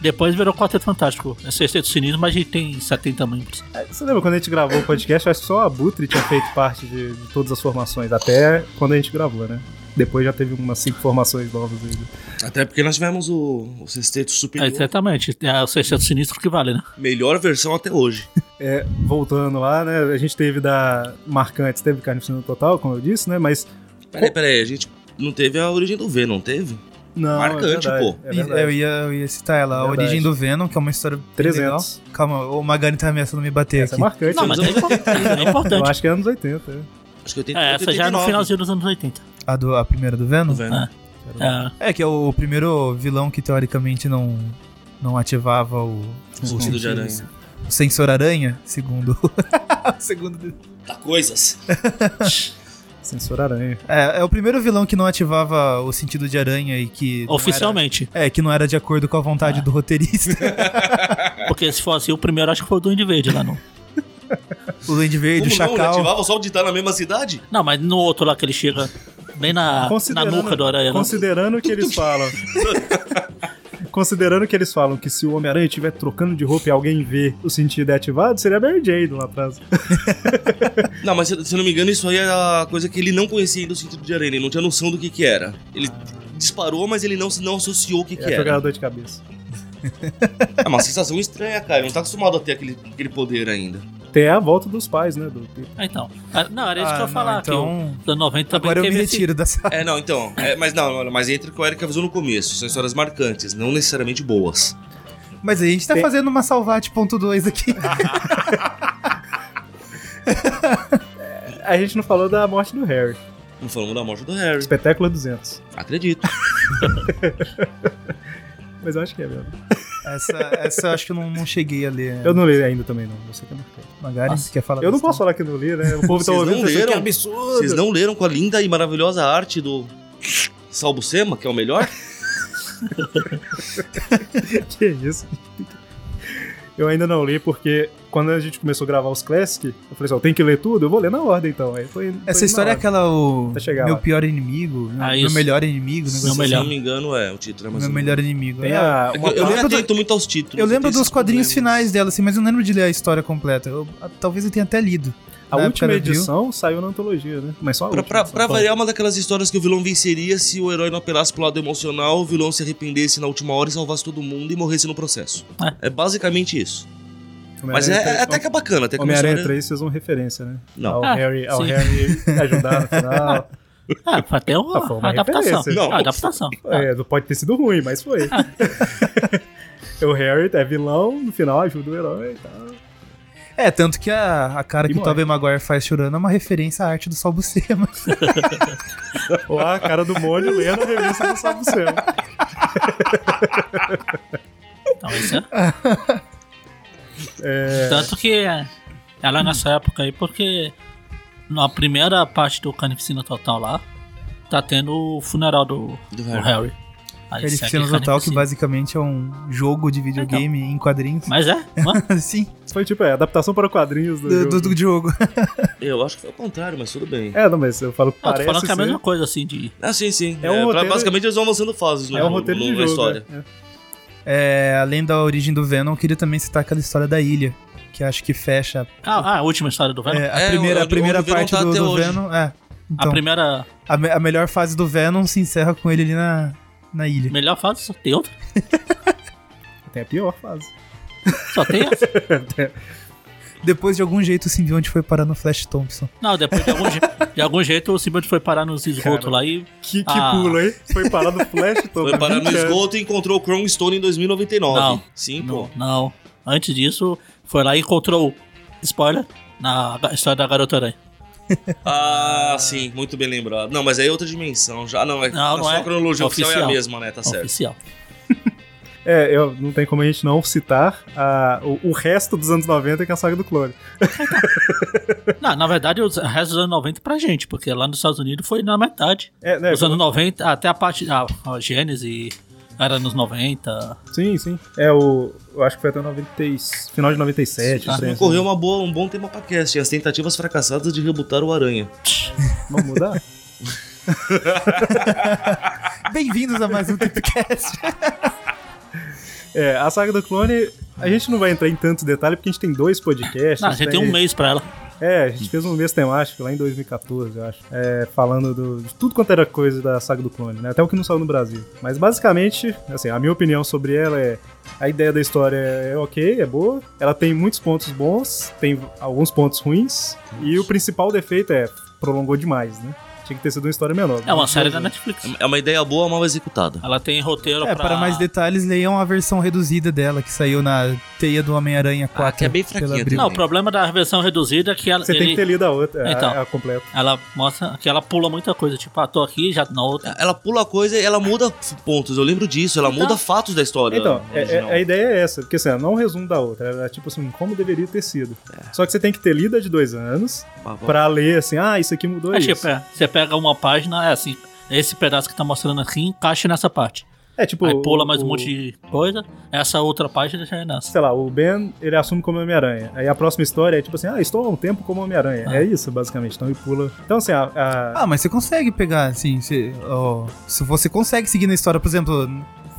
Depois virou Quarteto Fantástico. É sexteto sinistro, mas a gente tem 70 membros. É, Você lembra quando a gente gravou o podcast? Acho que só o Abutre tinha feito parte de, de todas as formações, até quando a gente gravou, né? Depois já teve umas cinco formações novas ainda. Até porque nós tivemos o, o sexteto superior. É, exatamente. É o sexteto sinistro que vale, né? Melhor versão até hoje. É, voltando lá, né? A gente teve da Marcantes, teve Carnificina Total, como eu disse, né? Mas. Peraí, peraí, a gente não teve a origem do V, não teve? Não, Marcante, é verdade, pô. É E- verdade. eu, ia, eu ia citar ela, A Verdade. Origem do Venom, que é uma história bem 300. legal. Calma, o Magari tá ameaçando me bater Essa é aqui. marcante. Não, mas é, impor- é Eu importante. acho que é anos 80. é. Acho que eu tenho É, essa já é no finalzinho dos anos 80. A, do, a primeira do Venom? É. Ah, É, É, que é o primeiro vilão que teoricamente não, não ativava o, O sentido de aranha. o sensor aranha, segundo. segundo. Tá coisas. Censor Aranha. É, é o primeiro vilão que não ativava o sentido de aranha e que. não oficialmente. era- é, que não era de acordo com a vontade do roteirista. Porque se for assim, o primeiro acho que foi o Duende Verde lá no. o Duende Verde, Como o não? Ele Chacal. Ah, ativava só o de estar na mesma cidade? Não, mas no outro lá que ele chega. Bem Ah, na, na nuca do aranha. né? Considerando o que eles falam. considerando que eles falam que se o Homem-Aranha estiver trocando de roupa e alguém vê o sentido é ativado, seria a Mary Jane lá atrás. Não, mas se se eu não me engano, isso aí é a coisa que ele não conhecia do sentido de aranha. Ele não tinha noção do que que era. Ele disparou, mas ele não, não associou o que que É, era. jogar dor de cabeça. É uma sensação estranha, cara. Ele não tá acostumado a ter aquele, aquele poder ainda. Tem a volta dos pais, né? Do Peter. Ah, então. Ah, Não, era isso Ah, que eu ia não, falar. então- Que o da 90 também Agora eu me teve esse- retiro dessa. É, não, então. é, mas não, olha, mas entra o que o Eric avisou no começo. São histórias marcantes, não necessariamente boas. Mas a gente tá Tem- fazendo uma salvate.2 aqui. A gente não falou da morte do Harry. Não falamos da morte do Harry. Espetáculo 200. Acredito. Mas eu acho que é mesmo. essa, essa eu acho que eu não, não cheguei a ler. Eu não li ainda também, não. Você que é marcante. Magari, Nossa. quer falar Eu não dessa? posso falar que não li, né? O povo tá Vocês ouvindo não e pensando, leram? que absurdo. Vocês não leram com a linda e maravilhosa arte do Salbucema, que é o melhor? Que isso? Eu ainda não li porque quando a gente começou a gravar os Classic, eu falei assim, ó, tem que ler tudo? Eu vou ler na ordem, então. Aí foi, foi Essa na história é ordem. aquela o Até chegar meu lá. pior inimigo, né? Ah, meu isso. melhor inimigo, um Se eu negócio Meu melhor. não me engano, é o título, né? assim, Mas meu eu- melhor inimigo. Tem é. a- É que uma Eu, eu me lembro do- atento muito aos títulos. Eu lembro tenho dos esse é quadrinhos problema. finais dela, assim, mas eu não lembro de ler a história completa. Eu- a- talvez eu tenha até lido. A Na época última da Bill. edição saiu na antologia, né? Mas só a Pra, última. pra, só pra só. variar, uma daquelas histórias que o vilão venceria se o herói não apelasse pro lado emocional, o vilão se arrependesse na última hora e salvasse todo mundo e morresse no processo. É, basicamente isso. Homem-Aranha Mas é, é três- até que é bacana, até que é uma Homem-Aranha história- 3 fez uma referência, né? Não. Ao Ah, Harry, ao sim. Harry ajudar no final. Ah, foi até uma, Ah, foi uma adaptação. referência. Não. Ah, adaptação. Ah, É, não pode ter sido ruim, mas foi. o Harry é vilão, no final ajuda o herói e tal. É, tanto que a, a cara E que o morre. Tobey Maguire faz chorando é uma referência à arte do Sol Buscema. Ou a cara do Mônio lendo a revista do Sapo Céu. então, isso é. Tanto que é, ela nessa época aí, porque na primeira parte do Carnificina Total lá, tá tendo o funeral do, do Harry. Aí Ele segue Cena Total, que Carnificina. basicamente é um jogo de videogame em quadrinhos. Mas é, mano, Sim, Foi tipo, é, adaptação para quadrinhos do, do, jogo. do, do jogo. Eu acho que foi o contrário, mas tudo bem. É, não, mas eu falo, eu tô parece falando que é a ser- mesma coisa assim de. Ah, sim, sim. É um pra- roteiro- basicamente eles vão avançando fases né, no É um jogo, roteiro no- de na jogo. história. né? É, além da origem do Venom, eu queria também citar aquela história da ilha, que acho que fecha Ah, ah, a última história do Venom. é, a É, primeira, o- a primeira o Venom parte tá do, até do hoje. Venom. É, a então, a, primeira. me- a melhor fase do Venom se encerra com ele ali na, na ilha. Melhor fase, só tem outra. É, Tem a pior fase. Só tem essa. Depois, de algum jeito, o simbionte foi parar no Flash Thompson. Não, depois de algum, je- de algum jeito o Simbionte foi parar nos esgotos lá e. Que, que Ah. pulo, hein? Foi parar no Flash todo. né? Foi parar no 20 anos. esgoto e encontrou o Chrome Stone em 2099. Não. Sim, Não, pô. não. Antes disso, foi lá e encontrou. Spoiler. Na ga- história da Garota Aranha. Ah, sim, muito bem lembrado. Não, mas aí é outra dimensão já. Não, é Não, a não sua é. cronologia oficial, é a Oficial. mesma, né? Tá certo. oficial. É, eu, não tem como a gente não citar a- o, o resto dos anos 90 que é a saga do clone. Não, na verdade, os o resto dos anos 90 pra gente, porque lá nos Estados Unidos foi na metade. É, né? Os anos 90, até a parte. A, a Gênese era nos 90. Sim, sim. É o. Eu acho que foi até 90, e- final de 97. Ah, não sei, Não assim. correu uma boa, um bom tema pra cast, as tentativas fracassadas de rebutar o Aranha. assim. Vamos mudar? Bem-vindos a mais um Tipcast. É, a saga do clone, a gente não vai entrar em tantos detalhes porque a gente tem dois podcasts. Não, a gente tem um mês pra ela. É, a gente fez um mês temático lá em 2014, eu acho. É, falando do- de tudo quanto era coisa da saga do clone, né? Até o que não saiu no Brasil. Mas basicamente, assim, a minha opinião sobre ela é. A ideia da história é ok, é boa. Ela tem muitos pontos bons, tem alguns pontos ruins. E o principal defeito é prolongou demais, né? Tinha que ter sido uma história menor. É uma série da Netflix. É uma ideia boa, mal executada. Ela tem roteiro É, pra. para mais detalhes, leiam a versão reduzida dela, que saiu na Teia do Homem-Aranha 4. que é bem pela fraquinha Abril. Não, o problema da versão reduzida é que ela, Você tem ele- que ter lido a outra, a- Então. a completa. ela mostra que ela pula muita coisa. Tipo, ah, tô aqui, já na outra. Ela pula coisa e ela muda f- pontos, eu lembro disso, ela muda fatos da história. Então, é- é- original. a ideia é essa, porque assim, ela não é um resumo da outra, ela é tipo assim, como deveria ter sido. É. Só que você tem que ter lido a de dois anos Bah, bah. pra ler assim, ah, isso aqui mudou É, isso. tipo, é, você pega uma página, é assim, esse pedaço que tá mostrando aqui encaixa nessa parte. É tipo. Aí pula mais o- um monte de coisa, essa outra página já é nessa. Sei lá, o Ben, ele assume como Homem-Aranha. Aí a próxima história é tipo assim, ah, estou há um tempo como Homem-Aranha. Ah. É isso, basicamente. Então ele pula. Então assim, a. a- Ah, mas você consegue pegar, assim, se, ó, se você consegue seguir na história, por exemplo,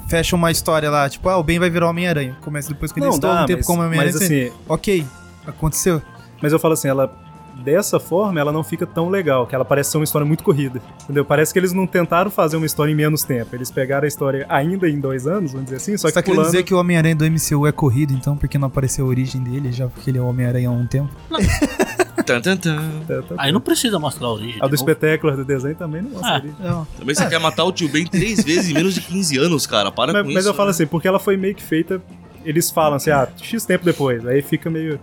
fecha uma história lá, tipo, ah, o Ben vai virar Homem-Aranha. Começa depois que ele não, estou dá, um tempo mas, como Homem-Aranha. mas você- assim, Ok, aconteceu. mas eu falo assim, ela. Dessa forma, ela não fica tão legal, que ela parece ser uma história muito corrida. Entendeu? Parece que eles não tentaram fazer uma história em menos tempo. Eles pegaram a história ainda em dois anos, vamos dizer assim, só que Você tá querendo pulando. dizer que o Homem-Aranha do MCU é corrido, então, porque não apareceu a origem dele, já porque ele é o Homem-Aranha há um tempo? Tan, tan, tan. Tá, tá. Aí não precisa mostrar a origem. A do de novo. espetáculo do desenho também não Ah. mostra ali. Não. Também você quer matar o tio Ben três vezes em menos de 15 anos, cara. Para Mas, com mas isso. eu falo né? assim, porque ela foi meio que feita. Eles falam assim, ah, X tempo depois. Aí fica meio.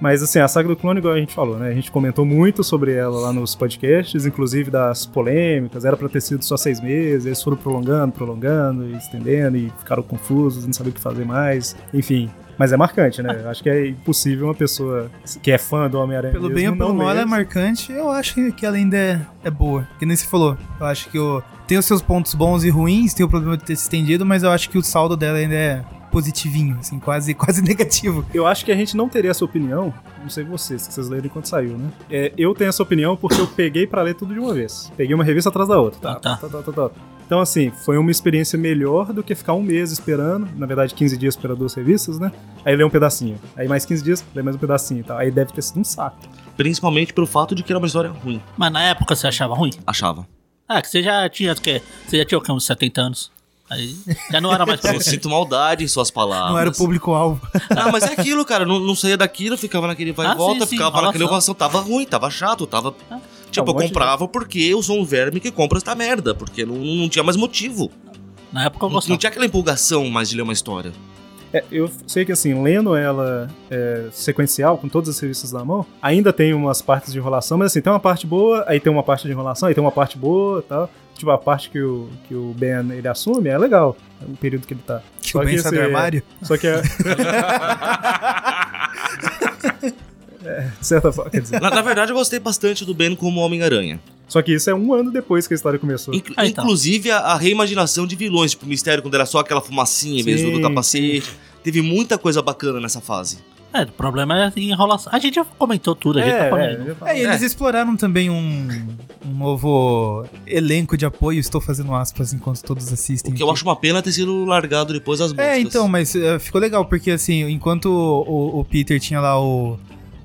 Mas assim, a saga do clone, igual a gente falou, né? A gente comentou muito sobre ela lá nos podcasts, inclusive das polêmicas. Era pra ter sido só seis meses, eles foram prolongando, prolongando, e estendendo e ficaram confusos, não sabiam o que fazer mais. Enfim. Mas é marcante, né? Eu Acho que é impossível uma pessoa que é fã do Homem-Aranha. Pelo bem ou mesmo, pelo não mal, ela ler. é marcante. Eu acho que ela ainda é, é boa. Que nem você falou. Eu acho que o- tem os seus pontos bons e ruins, tem o problema de ter se estendido, mas eu acho que o saldo dela ainda é positivinho, assim, quase, quase negativo. Eu acho que a gente não teria essa opinião, não sei vocês, se vocês leram enquanto saiu, né? É, eu tenho essa opinião porque eu peguei pra ler tudo de uma vez. Peguei uma revista atrás da outra. Ah, tá. tá, tá, tá, tá. Então, assim, foi uma experiência melhor do que ficar um mês esperando, na verdade, 15 dias para duas revistas, né? Aí ler um pedacinho. Aí mais 15 dias, ler mais um pedacinho e tal. Aí deve ter sido um saco. Principalmente pelo fato de que era uma história ruim. Mas na época você achava ruim? Achava. Ah, que você já tinha, que, você já tinha o quê, uns 70 anos. Aí já não era mais pra Eu você. sinto maldade em suas palavras. Não era o público-alvo. Ah, mas é aquilo, cara. Não, não saía daquilo, ficava naquele vai Ah, e volta, sim, Ah, sim, ficava naquele enrolação. relação. Tava ruim, tava chato, tava. tipo, um eu monte de- comprava porque eu sou um verme que compra essa merda, porque não, não tinha mais motivo. Na época eu Não, não gostava. tinha aquela empolgação mais de ler uma história. É, eu sei que, assim, lendo ela é, sequencial, com todas as revistas na mão, ainda tem umas partes de enrolação, mas assim, tem uma parte boa, aí tem uma parte de enrolação, aí tem uma parte boa e tal. Tipo, a parte que o, que o Ben ele assume é legal, é o período que ele tá. Que Só o Ben que sai do esse- armário. Só que é. É, de certa forma, quer dizer. Na, na verdade, eu gostei bastante do Ben como Homem-Aranha. Só que isso é um ano depois que a história começou. Inclu- Ah, então. Inclusive a, a reimaginação de vilões, tipo o mistério, quando era só aquela fumacinha mesmo Sim, do capacete. Teve muita coisa bacana nessa fase. É, o problema é a enrolação. A gente já comentou tudo, a gente tá falando. é, É, e eles exploraram também um, um novo elenco de apoio. Estou fazendo aspas enquanto todos assistem. O que eu aqui. acho uma pena ter sido largado depois das músicas. É, então, mas eh, ficou legal, porque assim, enquanto o, o Peter tinha lá o,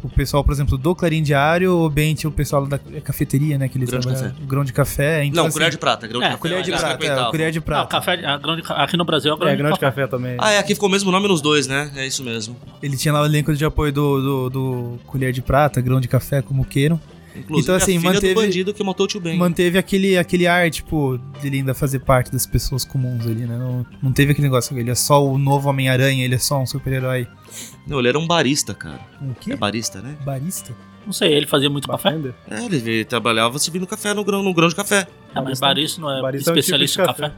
o pessoal, por exemplo, do Clarim Diário, o Ben tinha o pessoal da cafeteria, né? Que eles Grão de trabalhavam- o grão de café. Então, Não, assim, colher de prata. Grão é, de café, colher de eles prata, é, carpentavam. o colher de Ah, o prata. café, a grão de ca- aqui no Brasil é o grão, é, de grande café. café também. Ah, é, aqui ficou o mesmo nome nos dois, né? É isso mesmo. Ele tinha lá o elenco de apoio do, do, do colher de prata, grão de café, como queiram. Inclusive, é Então, assim, a filha manteve- do bandido que matou o tio Ben. Manteve aquele, aquele ar, tipo, dele ainda fazer parte das pessoas comuns ali, né? Não, não teve aquele negócio, ele é só o novo Homem-Aranha, ele é só um super-herói. Não, ele era um barista, cara. O É quê? barista, né? Barista? Não sei, ele fazia muito café? Bartender? É, ele veio- trabalhava servindo café no grão, no grão de café. Ah, mas Barista- barista não é barista é um especialista tipo em de café.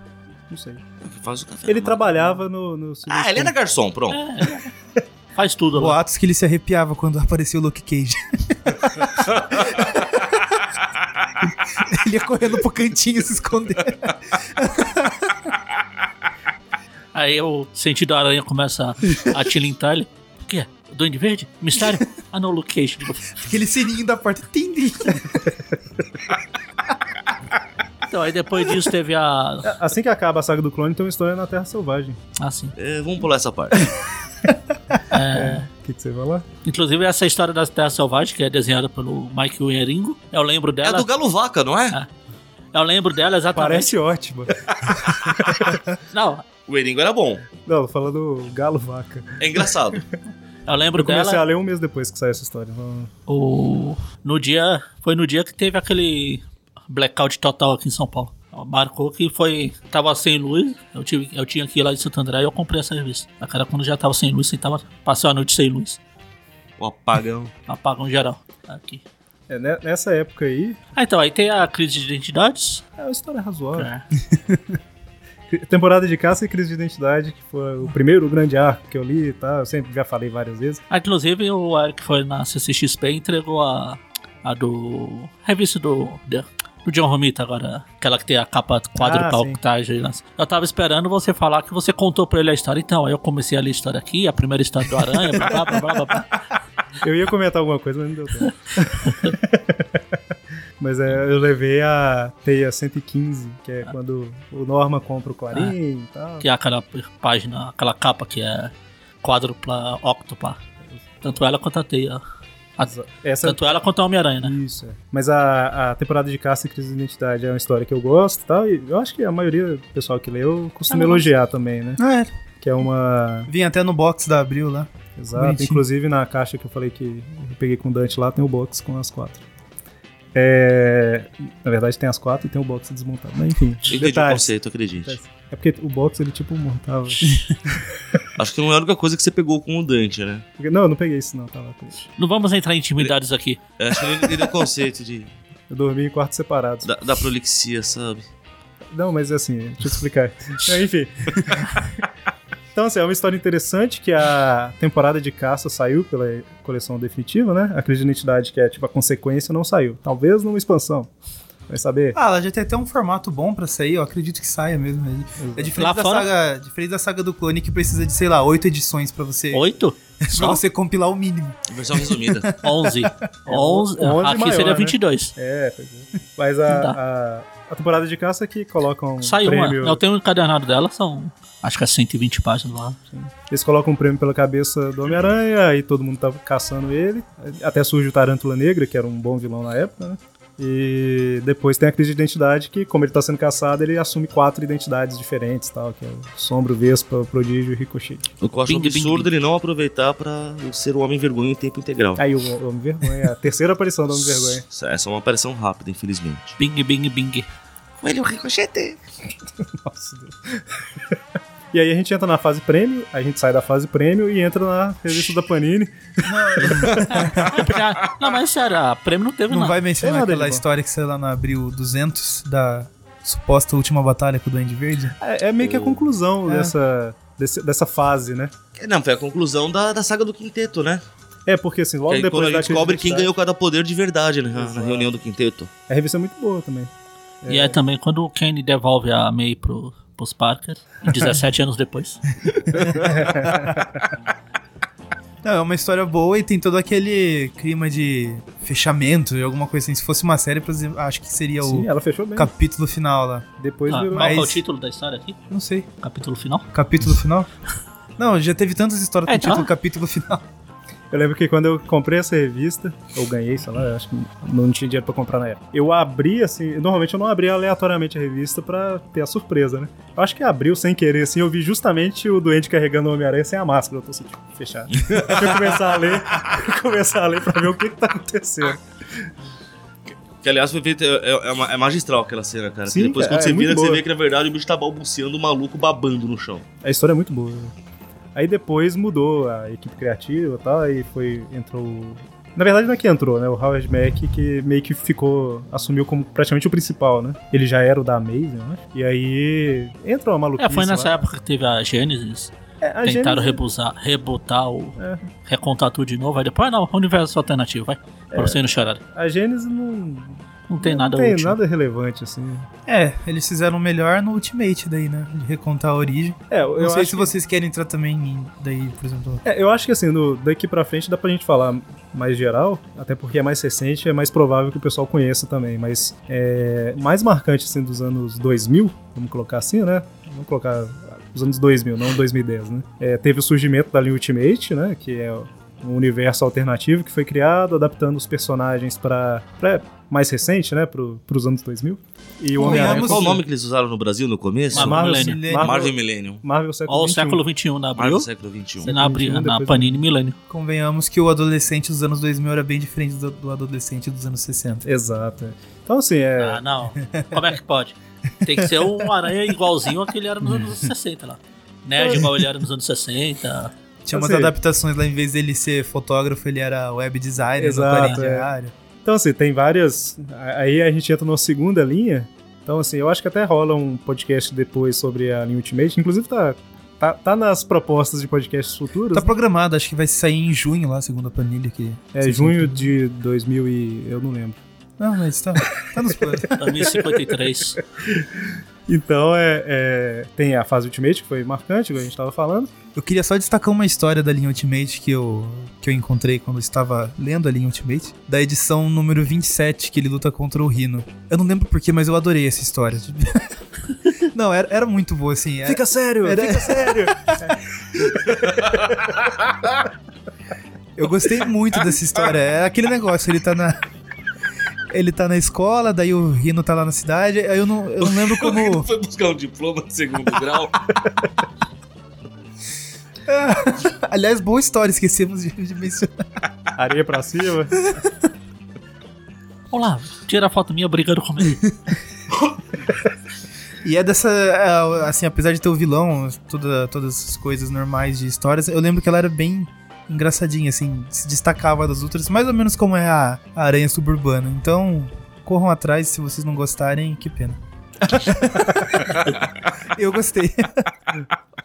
Não sei. É o que faz o café. Ele né? trabalhava no. no Ah, ele era garçom, pronto. Faz tudo lá. Boatos que ele se arrepiava quando apareceu o Luke Cage. ele ia correndo pro cantinho se esconder. Aí o sentido da aranha começa a, a tilintar ele. O quê? O Duende Verde? Mistério? Ah, não, Luke Cage. Aquele sininho da porta. Tim, tim. Então, aí depois disso teve a... Assim que acaba a saga do clone, tem uma história na Terra Selvagem. Ah, sim. É, vamos pular essa parte. O que, que você vai lá? Inclusive, essa história da Terra Selvagem, que é desenhada pelo Mike Winringo, eu lembro É dela. do Galo Vaca, não é? Ah. Eu lembro dela exatamente. Parece ótimo. Não, O Eringo era bom. Não, fala do Galo Vaca. É engraçado. eu lembro Eu comecei a dela. ler um mês depois que saiu essa história. Não- O... No dia. Foi no dia que teve aquele blackout total aqui em São Paulo. Marcou que foi. Tava sem luz. Eu, tive, eu tinha que ir lá de Santo André e eu comprei essa revista. A cara, quando já tava sem luz, você tava. Passei a noite sem luz. O apagão. Apagão geral. Aqui. É, né- nessa época aí, Ah, então, aí tem a crise de identidades. é uma história razoável. É. Temporada de Caça e Crise de Identidade, que foi o primeiro grande arco que eu li e tal. Eu sempre já falei várias vezes. Ah, inclusive, o Eric foi na CCXP e entregou a, a do. Revista do. de- do John Romita agora, aquela que tem a capa Ah, quadruple sim. que tá aí, né? Eu tava esperando você falar que você contou pra ele a história. Então, aí eu comecei a ler a história aqui, a primeira história do Aranha, blá blá blá blá blá. blá. Eu ia comentar alguma coisa, mas não deu tempo. mas é, eu levei a Teia 115, que é quando o Norma compra o Clarim e tal. Que é aquela p- página, aquela capa que é quádrupla octupla. Tanto ela quanto a teia. A- Essa tanto ela quanto a Homem-Aranha, né? Isso. é. Mas a, a temporada de Caça e Crise de Identidade é uma história que eu gosto e tal. E eu acho que a maioria do pessoal que leu costuma Ah, elogiar também, né? Ah, é. Que é uma. Vinha até no box da Abril lá. Exato. Bonitinho. Inclusive na caixa que eu falei que eu peguei com o Dante lá, tem o box com as quatro. É, Na verdade tem as quatro e tem o box desmontado. Mas enfim, Eu Entendi o detalhes. conceito, acredite. É porque o box ele tipo montava. Acho que não é a única coisa que você pegou com o Dante, né? Porque- Não, eu não peguei isso não, tá lá. tá aí. Não vamos entrar em intimidades aqui. Eu É, acho que ele entendeu o conceito de, Eu dormi em quartos separados. da, da prolixia, sabe? Não, mas é assim, deixa eu explicar. Não, enfim. Então, assim, é uma história interessante que a temporada de caça saiu pela coleção definitiva, né? A crise de identidade, que é tipo a consequência, não saiu. Talvez numa expansão. Vai saber? Ah, ela já tem até um formato bom pra sair, eu acredito que saia mesmo. É diferente, Lá da, fora- saga, diferente da saga do clone que precisa de, sei lá, oito edições pra você, Oito? pra você compilar o mínimo. Versão resumida. Onze. Onze. onze Aqui maior, seria né? 22. É, pois é. Mas a, a, a temporada de caça que colocam um Saiu uma. prêmio. Eu tenho um encadernado dela, são acho que é 120 páginas lá. Eles colocam um prêmio pela cabeça do Homem-Aranha e todo mundo tá caçando ele. Até surge o Tarântula Negra, que era um bom vilão na época, né? E depois tem a crise de identidade, que como ele tá sendo caçado, ele assume quatro identidades diferentes, tal, que é o Sombro, Vespa, Prodígio e Ricochete. O que eu acho um Bing, bing, absurdo ele não aproveitar pra ser o Homem Vergonha em tempo integral. Aí o Homem Vergonha, a terceira aparição do Homem Vergonha. Essa- Essa é uma aparição rápida, infelizmente. Bing, bing, bing. Ele é um ricochete. Nossa Deus. E aí a gente entra na fase prêmio, a gente sai da fase prêmio e entra na revista da Panini. Já- Não, mas sério, a prêmio não teve Não nada. vai Tem mencionar nada aquela de bom. história que saiu lá na Abril 200 da suposta última batalha com o Duende Verde? É, é meio que a conclusão dessa, desse- dessa fase, né? É, Não, foi a conclusão da, da saga do quinteto, né? É, porque assim, logo Que aí depois quando a da gente crise descobre de quem identidade- ganhou cada poder de verdade né, na, na reunião do quinteto. A revista é muito boa também. E é também quando o Kenny devolve a May pro, pros Parker, 17 anos depois. Não, é uma história boa e tem todo aquele clima de fechamento e alguma coisa assim. Se fosse uma série, por exemplo, acho que seria Sim, é. o ela fechou bem. capítulo final lá. Depois Ah, virou. qual que é o mas- título da história aqui? Não sei. Capítulo final? Capítulo final? Não, já teve tantas histórias É, com então. título capítulo final. Eu lembro que quando eu comprei essa revista, ou ganhei, sei lá, eu acho que não tinha dinheiro pra comprar na época. Eu abri, assim, normalmente eu não abri aleatoriamente a revista pra ter a surpresa, né? Eu acho que abriu sem querer, assim, eu vi justamente o doente carregando o Homem-Aranha sem a máscara. Eu tô assim, tipo, fechado. Deixa eu começar a ler, deixa eu começar a ler pra ver o que que tá acontecendo. Que, aliás, foi feito. É, é- é ma- é magistral aquela cena, cara. Sim, que depois, cara, quando é você muito vira, você boa. vê que na verdade o bicho tá balbuciando o maluco babando no chão. A história é muito boa. né? Aí depois mudou a equipe criativa e tal, aí foi, entrou... o- Na verdade não é que entrou, né? O Howard Mack que meio que ficou, assumiu como praticamente o principal, né? Ele já era o da Amazing, eu acho. E aí entrou a maluquice É, foi nessa lá. época que teve a Gênesis. É, a Tentaram Gênesis- rebusar, rebutar o. É. Recontar tudo de novo. Aí depois, ah, não, universo alternativo, vai. Pra você não chorar. A Gênesis não, Não tem nada É. não tem útil. nada relevante, assim. É, eles fizeram melhor no Ultimate daí, né? De recontar a origem. É, eu, Não sei acho se vocês querem entrar também em- daí, por exemplo. É, eu acho que assim, do- daqui pra frente dá pra gente falar mais geral, até porque é mais recente, é mais provável que o pessoal conheça também, mas é mais marcante assim dos anos 2000, vamos colocar assim, né? Vamos colocar os anos 2000, não 2010, né? É, teve o surgimento da linha Ultimate, né, que é um universo alternativo que foi criado, adaptando os personagens pra, pra mais recente, né, pro, pros anos 2000. E o Homem-Aranha Convenhamos, Qual o sim. nome que eles usaram no Brasil no começo? Mas- assim? Marvel, Ah, Millennium. Marvel, Marvel Millennium. Marvel século Ó, o 21. século XXI na Abril. Ah, Marvel século um. XXI. Na, Abril, 21, na depois- Panini Milênio. Convenhamos que o adolescente dos anos 2000 era bem diferente do, do adolescente dos anos 60. Exato. é. Então assim, é... Ah, não. Como é que pode? Tem que ser um aranha igualzinho ao que ele era nos anos 60 lá. Nerd igual ele era nos anos 60. Tinha Eu umas sei. adaptações lá, em vez dele ser fotógrafo, ele era web designer, Exato, Exato, é. diário. Então, assim, tem várias. a- Aí a gente entra numa segunda linha. Então, assim, eu acho que até rola um podcast depois sobre a linha Ultimate. Inclusive, tá, tá, tá nas propostas de podcasts futuros. né? Tá programado, acho que vai sair em junho lá, segundo a planilha aqui. é junho de 2000 e. Eu não lembro. Não, mas tá, tá nos planos. 2053. Então, é, é, tem a fase Ultimate, que foi marcante, que a gente tava falando. Eu queria só destacar uma história da linha Ultimate que eu, que eu encontrei quando eu estava lendo a linha Ultimate, da edição número 27, que ele luta contra o Rhino. Eu não lembro porquê, mas eu adorei essa história. não, era, era muito boa, assim. Era, É. sério! era- sério! Eu gostei muito dessa história. É aquele negócio, ele tá na. Ele tá na escola, daí o Rino tá lá na cidade. Aí eu não, eu não lembro como. Foi buscar um diploma de segundo grau. Aliás, boa história, esquecemos de, de mencionar. Areia pra cima. Olá, tira a foto minha brigando comigo. E é dessa. é, Assim, apesar de ter o vilão, toda, todas as coisas normais de histórias, eu lembro que ela era bem engraçadinha, assim. Se destacava das outras, mais ou menos como é a, a Aranha Suburbana. Então, corram atrás se vocês não gostarem, que pena. eu gostei.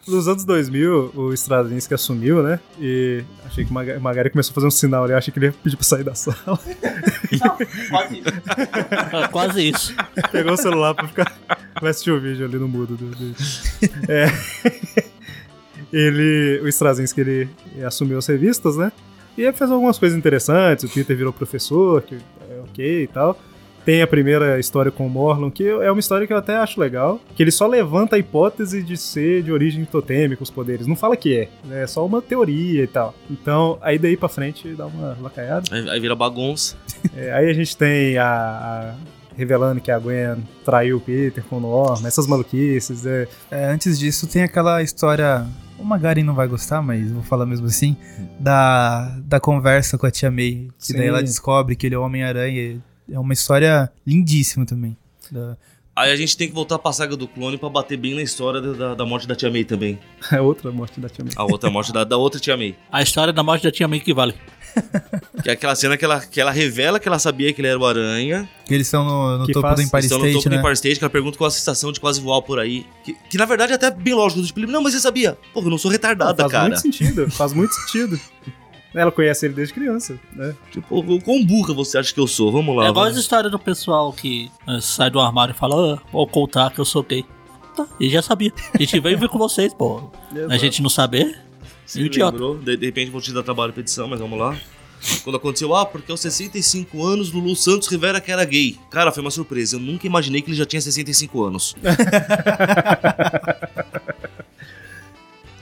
Nos anos 2000, o Strazinski assumiu, né? E achei que o Maga- o Magari começou a fazer um sinal ali. Eu achei que ele ia pedir pra sair da sala. É, Quase isso. Pegou o celular pra ficar. Vai assistir o vídeo ali no mudo do. do- É. Ele. O Strazinski, ele assumiu as revistas, né? E ele fez algumas coisas interessantes. O Peter virou professor, que é ok e tal. Tem a primeira história com o Morlon, que é uma história que eu até acho legal. Que ele só levanta a hipótese de ser de origem totêmica os poderes. Não fala que é, né? é só uma teoria e tal. Então, aí daí pra frente dá uma lacaiada. Aí, aí vira bagunça. É, aí a gente tem a, a- revelando que a Gwen traiu o Peter com o Norma, essas maluquices. É, É, antes disso, tem aquela história. O Magari não vai gostar, mas vou falar mesmo assim. Da, da conversa com a tia May. Que Sim. daí ela descobre que ele é o Homem-Aranha. É uma história lindíssima também. Da- Aí a gente tem que voltar pra saga do clone pra bater bem na história da- da, da morte da Tia May também. é outra morte da Tia May. A outra morte da, da outra Tia May. A história da morte da Tia May que vale. Que é aquela cena que ela, que ela revela que ela sabia que ele era o Aranha. Então, que eles são no, no Que topo faz- do Empire Eles estão no State, topo do né? Empire State, que ela pergunta qual a sensação de quase voar por aí. Que, que, na verdade é até bem lógico. Tipo, não, mas você sabia. Pô, eu não sou retardada, faz cara. muito sentido, faz muito sentido. Ela conhece ele desde criança, né? Tipo, o quão burra você acha que eu sou? Vamos lá. É igual as vamos. histórias do pessoal que eh, sai do armário e fala, ah, vou contar que eu sou gay. Tá, e já sabia. A gente veio ver com vocês, pô. A gente não saber. Você me idiota. lembrou? De, de repente vou te dar trabalho pra edição, mas vamos lá. Quando aconteceu, ah, porque aos 65 anos do Lu Santos Rivera que era gay. Cara, foi uma surpresa. Eu nunca imaginei que ele já tinha 65 anos. É,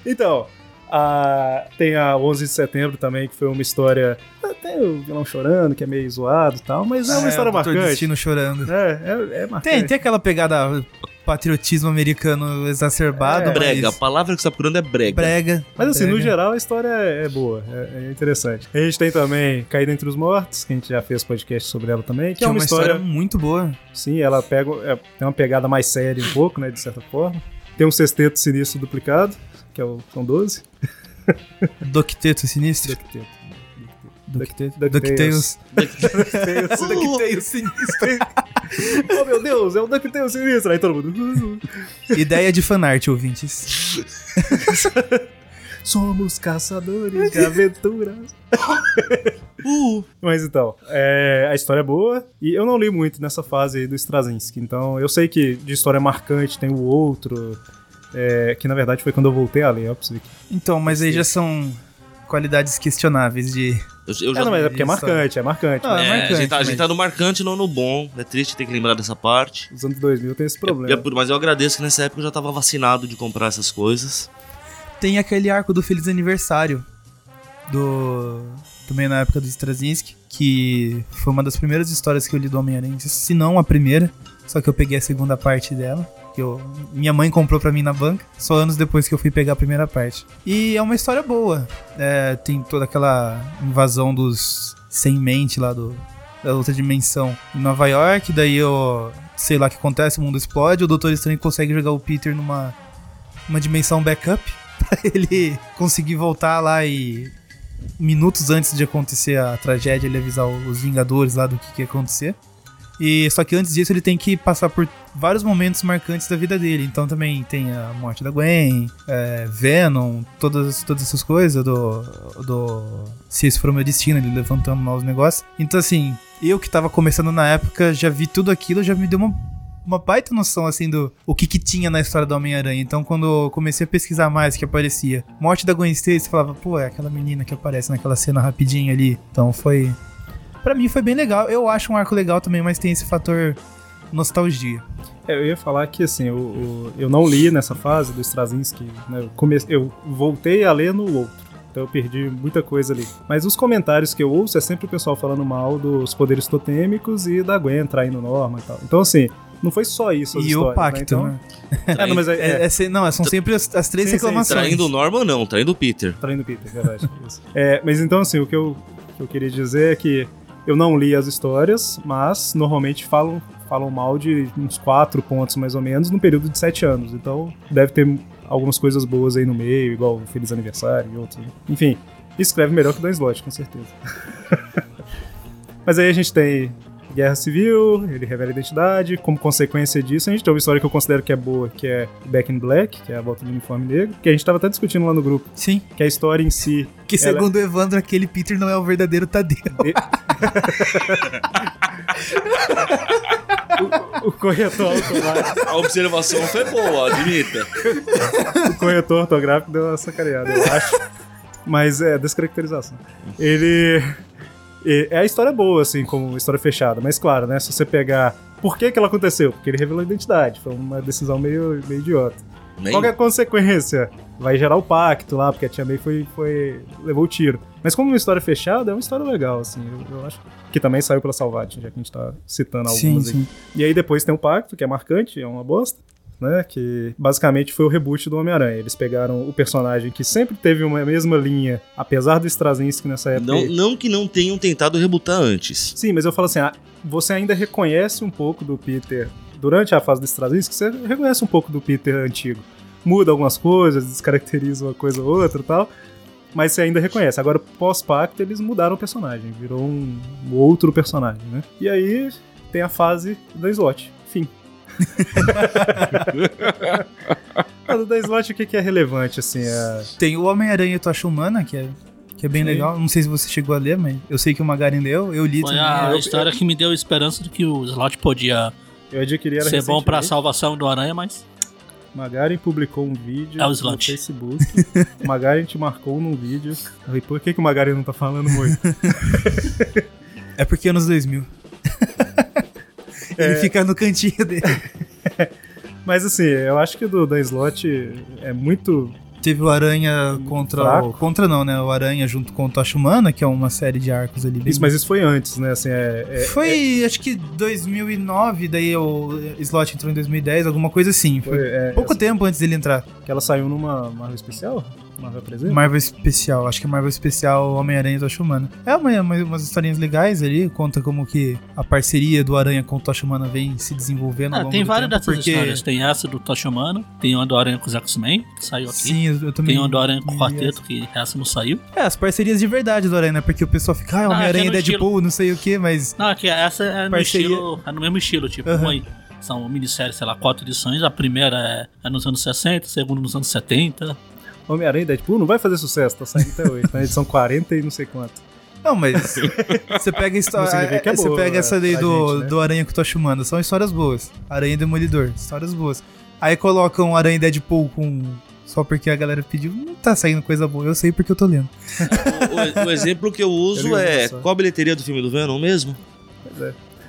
Então, a- tem a 11 de setembro também, que foi uma história. Tem o vilão chorando, que é meio zoado e tal, mas é uma É, história o Dr. marcante. Destino chorando. É, é, é marcante. Tem, tem aquela pegada patriotismo americano exacerbado. É. mas- Brega. A palavra que você tá procurando é brega. Brega. Mas assim, no Brega. geral a história é boa, é, é interessante. A gente tem também Caída Entre os Mortos, que a gente já fez podcast sobre ela também, que, Que é uma história muito boa. Sim, ela pega, é, tem uma pegada mais séria um pouco, né, de certa forma. Tem um sexteto sinistro duplicado, que é o, são 12. Docteto Sinistro. Ducteto. Docteto. DuckTales. Docteus. Uh, Sinistro. oh meu Deus, é um DuckTales sinistro! Aí todo mundo... Ideia de fanart, ouvintes. Somos caçadores de aventuras. uh. Mas então, é, a história é boa e eu não li muito nessa fase aí do Straczynski. Então, eu sei que de história marcante tem o outro, é, que na verdade foi quando eu voltei a ler, ó, pra você ver que- Então, mas aí já são qualidades questionáveis de. Eu, eu já É, não, mas é porque é isso. marcante, é marcante. Ah, né? É, marcante, a, gente tá, a mas- gente tá no marcante, não no bom. É triste ter que lembrar dessa parte. Os anos 2000 tem esse É problema. por- mas eu agradeço que nessa época eu já tava vacinado de comprar essas coisas. Tem aquele arco do Feliz Aniversário. Do. Também na época do Straczynski. Que foi uma das primeiras histórias que eu li do Homem-Aranha. Se não a primeira. Só que eu peguei a segunda parte dela. Que eu, minha mãe comprou pra mim na banca. Só anos depois que eu fui pegar a primeira parte. E é uma história boa. É, tem toda aquela invasão dos. Sem mente lá do, da outra dimensão em Nova York. Daí eu. Sei lá o que acontece, o mundo explode. O Doutor Estranho consegue jogar o Peter numa. Uma dimensão backup pra ele conseguir voltar lá e minutos antes de acontecer a tragédia ele avisar os Vingadores lá do que, que ia acontecer. E só que antes disso ele tem que passar por vários momentos marcantes da vida dele. Então também tem a morte da Gwen, é, Venom, todas, todas essas coisas do do se esse for o meu destino, ele levantando lá os negócios. Então assim, eu que tava começando na época, já vi tudo aquilo, já me deu uma uma baita noção, assim, do o que que tinha na história do Homem-Aranha. Então, quando eu comecei a pesquisar mais, que aparecia morte da Gwen Stacy, eu falava, pô, é aquela menina que aparece naquela cena rapidinho ali. Então, foi... Pra mim, foi bem legal. Eu acho um arco legal também, mas tem esse fator nostalgia. É, eu ia falar que assim, o- o- eu não li nessa fase do Straczynski, né? Eu, comecei, eu voltei a ler no outro. Então eu perdi muita coisa ali. Mas os comentários que eu ouço é sempre o pessoal falando mal dos poderes totêmicos e da Gwen traindo norma e tal. Então, assim, não foi só isso. As e o histórias, pacto, né? né? Então, é, não, mas é, é, É, é se- não, são sempre as, as três Sim, sim, reclamações. Traindo o Norman, não, traindo o Peter. Traindo Peter, verdade. Isso. É, mas então, assim, o que eu, que eu queria dizer é que eu não li as histórias, mas normalmente falam, falam mal de uns quatro pontos, mais ou menos, num período de sete anos. Então, deve ter algumas coisas boas aí no meio, igual o Feliz Aniversário e outros. né? Enfim, escreve melhor que o Dan Slott, com certeza. mas aí a gente tem guerra civil, ele revela a identidade. Como consequência disso, a gente tem uma história que eu considero que é boa, que é Back in Black, que é a volta do uniforme negro, que a gente tava até discutindo lá no grupo, Sim. que a história em si. Que Ela- é segundo o Evandro, aquele Peter não é o verdadeiro Tadeu. O corretor automático, A observação foi boa, admita. o corretor ortográfico deu uma sacaneada, eu acho. Mas é, descaracterização. Ele. e- É a história boa, assim, como história fechada, mas claro, né? Se você pegar. Por que, que ela aconteceu? Porque ele revelou a identidade. Foi uma decisão meio, meio idiota. Nem Qual que é a consequência? Vai gerar o pacto lá, porque a Tia May foi, foi, levou o tiro. Mas como uma história fechada, é uma história legal, assim. Eu, eu acho que também saiu pela Salvati, já que a gente tá citando algumas Sim, aí. sim. E aí depois tem o pacto, que é marcante, é uma bosta, né? Que basicamente foi o reboot do Homem-Aranha. Eles pegaram o personagem que sempre teve uma mesma linha, apesar do Straczynski nessa época. Não, não que não tenham tentado rebutar antes. Sim, mas eu falo assim, ah, você ainda reconhece um pouco do Peter durante a fase do Straczynski, você reconhece um pouco do Peter antigo. Muda algumas coisas, descaracteriza uma coisa ou outra e tal, mas você ainda reconhece. Agora, pós-pacto, eles mudaram o personagem, virou um outro personagem, né? E aí tem a fase da slot. Fim. a da slot, o que que é relevante, assim? É... Tem o Homem-Aranha e Tocha Humana, que é, que é bem Sim. legal. Não sei se você chegou a ler, mas eu sei que o Magarin leu, eu li Foi também. a Eu- história que me deu esperança de que o Slot podia Eu adquiri ela ser bom né? pra recentemente. salvação do Aranha, mas Magaren publicou um vídeo É o no slot. Facebook. Magaren te marcou num vídeo. Eu falei, por que, que o Magaren não tá falando muito? É porque anos 2000. É. Ele fica no cantinho dele. Mas assim, eu acho que o do Dan Slot é muito. Teve o Aranha contra. fraco. O, contra não, né? O Aranha junto com o Tocha Humana, que é uma série de arcos ali. Bem Isso, mas isso foi antes, né? Assim, é, é- Foi, acho que 2009, daí o Slot entrou em 2010, alguma coisa assim. Foi foi, é, pouco tempo antes dele entrar. que ela saiu numa Marvel especial? Marvel apresenta? Marvel Especial, acho que é Marvel Especial Homem-Aranha e Tocha Humana. É uma, uma- umas historinhas legais ali, conta como que a parceria do Aranha com o Tocha Humana vem se desenvolvendo ao Ah, longo tem do várias tempo, dessas porque... histórias. Tem essa do Toshimano, tem uma do Aranha com os X-Men, que saiu aqui. Sim, eu, eu também... Tem uma do Aranha com o me- Quarteto, que essa não saiu. É, as parcerias de verdade do Aranha, né? Porque o pessoal fica, ah, Ah, Homem-Aranha que e é no Deadpool, não sei o que, mas... Não, é que essa é no, Parceria. estilo, é no mesmo estilo, tipo, Aham. mãe. São minisséries, sei lá, quatro edições. A primeira é, é nos anos 60, a segunda nos anos 70. Homem-Aranha e Deadpool não vai fazer sucesso, tá saindo até hoje. Tá na edição 40 e não sei quanto. Não, mas você pega a Não história. significa que é você boa, pega essa daí pra do, gente, né? do Aranha que eu tô chamando. São histórias boas. Aranha e Demolidor, histórias boas. Aí colocam Aranha e Deadpool com. Só porque a galera pediu. Não tá saindo coisa boa, eu sei porque eu tô lendo. O, o- o exemplo que eu uso Eu li é. uma só. Qual a bilheteria do filme do Venom mesmo?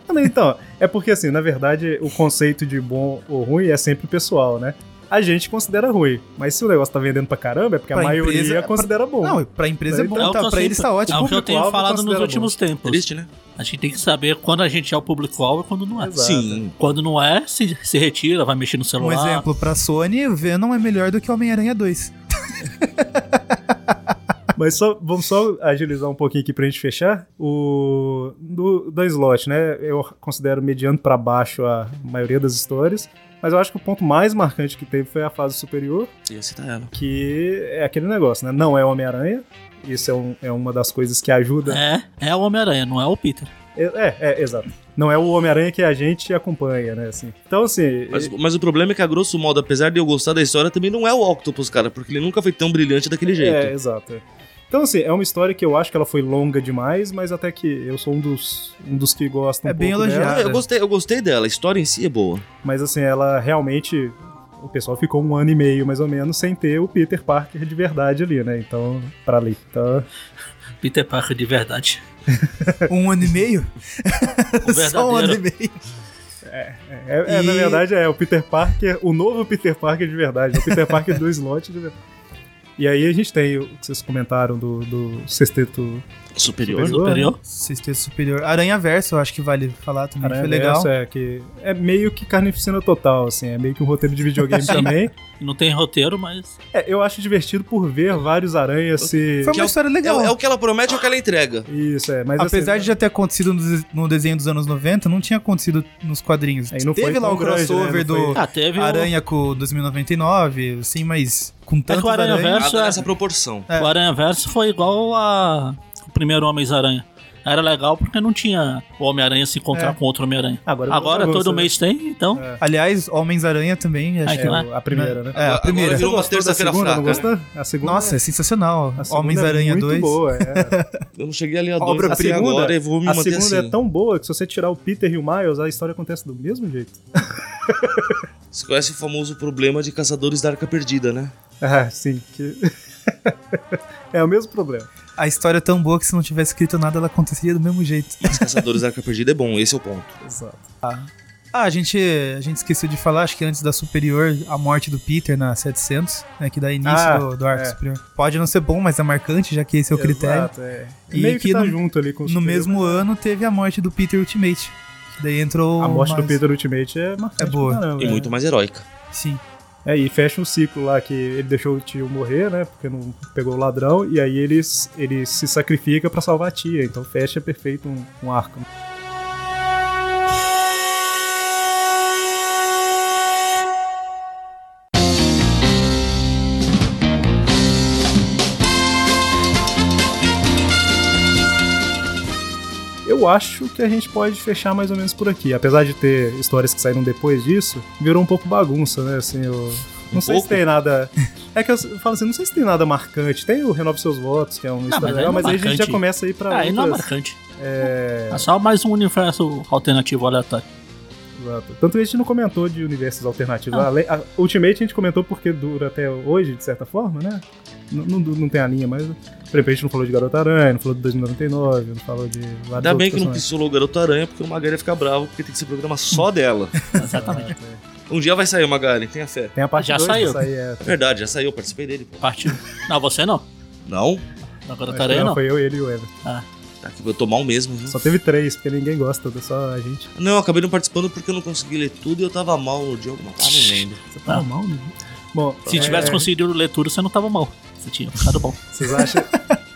Ah, não, Então, é porque assim, na verdade, o conceito de bom ou ruim é sempre pessoal, né? A gente considera ruim, mas se o negócio tá vendendo pra caramba, é porque a Pra maioria empresa- considera bom. Não, pra empresa é bom, Então, o que tá? eu Pra eles tá sempre- ótimo. É o que eu tenho Público-alvo falado nos considera últimos tempos. Triste, né? A gente tem que saber quando a gente é o público-alvo e quando não é. Exato. Sim. Quando não é, se, se retira, vai mexer no Um celular. exemplo, pra Sony, Venom é melhor do que Homem-Aranha 2. Mas só, vamos só agilizar um pouquinho aqui pra gente fechar. O do, do slot, né? Eu considero mediano pra baixo a maioria das histórias. Mas eu acho que o ponto mais marcante que teve foi a fase superior, Ia citar ela. que é aquele negócio, né? Não é Homem-Aranha. Isso é, um- é uma das coisas que ajuda. É, é o Homem-Aranha, não é o Peter. É, é, é, exato. Não é o Homem-Aranha que a gente acompanha, né? Assim. Então, assim. Mas, mas o problema é que, a grosso modo, apesar de eu gostar da história, também não é o Octopus, cara, porque ele nunca foi tão brilhante daquele É, jeito. exato. é. Então, assim, é uma história que eu acho que ela foi longa demais, mas até que eu sou um dos, um dos que gostam É um bem pouco dela. elogiado. Ah, eu, gostei, eu gostei dela, a história em si é boa. Mas assim, ela realmente. O pessoal ficou um ano e meio, mais ou menos, sem ter o Peter Parker de verdade ali, né? Então, pra ali. Então, Peter Parker de verdade. Um ano e meio? O Só um ano e verdadeiro. meio. é, é, na E- verdade, é o Peter Parker, o novo Peter Parker de verdade, é o Peter Parker do slot de verdade. E aí a gente tem o que vocês comentaram do, do sexteto Superior. superior, superior. Sexteto superior. Aranha Verso, eu acho que vale falar também. né? Aranha Foi legal. Verso, é, que é meio que carnificina total, assim, é meio que um roteiro de videogame também. Não tem roteiro, mas. É, eu acho divertido por ver vários aranhas se... Foi Que uma é o- história É, legal. é o que ela promete é o que ela entrega. Isso, é, mas Apesar assim, de já ter acontecido no, des- no desenho dos anos 90, não tinha acontecido nos quadrinhos. Aí não foi Teve lá tão o crossover grande, né? Não do foi- Ah, teve. o- Aranha com 2099, assim, mas com É que tanto o Aranha aranha. Verso Nada é- nessa proporção. É. O Aranha Verso foi igual a o primeiro Homem-Aranha. Era legal porque não tinha o Homem-Aranha se encontrar É. com outro Homem-Aranha. Agora- Agora, agora todo você- mês tem, então. É. Aliás, Homens-Aranha também, acho Ai, que Ah, que é lá. a primeira, né? É, a Agora primeira. virou uma Gostou da terça-feira segunda, fraca. Não né? gostou? A segunda Nossa, é sensacional. a segunda Homens-Aranha é muito 2. boa, é. Eu não cheguei ali a dois, Obra eu passei segunda? agora e vou me A manter segunda assim. é tão boa que se você tirar o Peter e o Miles, a história acontece do mesmo jeito. Você conhece o famoso problema de caçadores da arca perdida, né? Ah, sim. que- é o mesmo problema. A história é tão boa que se não tivesse escrito nada, ela aconteceria do mesmo jeito. Mas caçadores da arca perdida é bom, esse é o ponto. Exato. Ah, a gente, a gente esqueceu de falar, acho que antes da Superior, a morte do Peter na 700, né, que dá início Ah, do, do arco é. superior. Pode não ser bom, mas é marcante, já que esse é o critério. Exato, é. E Meio que, que tá no- junto ali com os No Superior. mesmo ano teve a morte do Peter Ultimate. que Daí entrou. A morte do mais- Peter Ultimate é marcante. É boa. pra caramba, E né? muito mais heróica. Sim. É, e fecha um ciclo lá que ele deixou o tio morrer, né? Porque não pegou o ladrão, e aí ele, s- ele se sacrifica pra salvar a tia. Então fecha perfeito um, um arco. Eu acho que a gente pode fechar mais ou menos por aqui. Apesar de ter histórias que saíram depois disso, virou um pouco bagunça, né? Assim, eu. Não Um sei se pouco? tem nada. É que eu s- eu falo assim, não sei se tem nada marcante. Tem o Renove Seus Votos, que é uma mas história aí legal, não é mas aí a gente já marcante. começa aí pra. Aí não é outras- marcante. é, É só mais um universo alternativo aleatório. exato. Tanto que a gente não comentou de universos alternativos. Ale- a Ultimate a gente comentou porque dura até hoje, de certa forma, né? Não, não, não tem a linha, mas. Por exemplo, a gente não falou de Garota Aranha, não falou de 2099, não falou de. vários Ainda outros bem que não personagens. pistolou o Garoto Aranha, porque o Magari ia ficar bravo, porque tem que ser programa só dela. Exatamente. Um dia vai sair o Magari, tenha fé. Tem a parte Já 2 saiu. Sair, é, Verdade, já saiu, eu participei dele. pô. Partiu. um. Não, você não. Não? Agora Acho tá que aí, não, não. Foi eu, ele e o Ever. Tá aqui, eu tô mal mesmo, viu? Só teve três, porque ninguém gosta, tá? só a gente. Não, eu acabei não participando porque eu não consegui ler tudo e eu tava mal de alguma coisa. Ah, não lembro. Você tá Ah. mal, né? Bom, Se é, tivesse conseguido ler tudo, você não tava mal. Você tinha ficado bom. Vocês acham,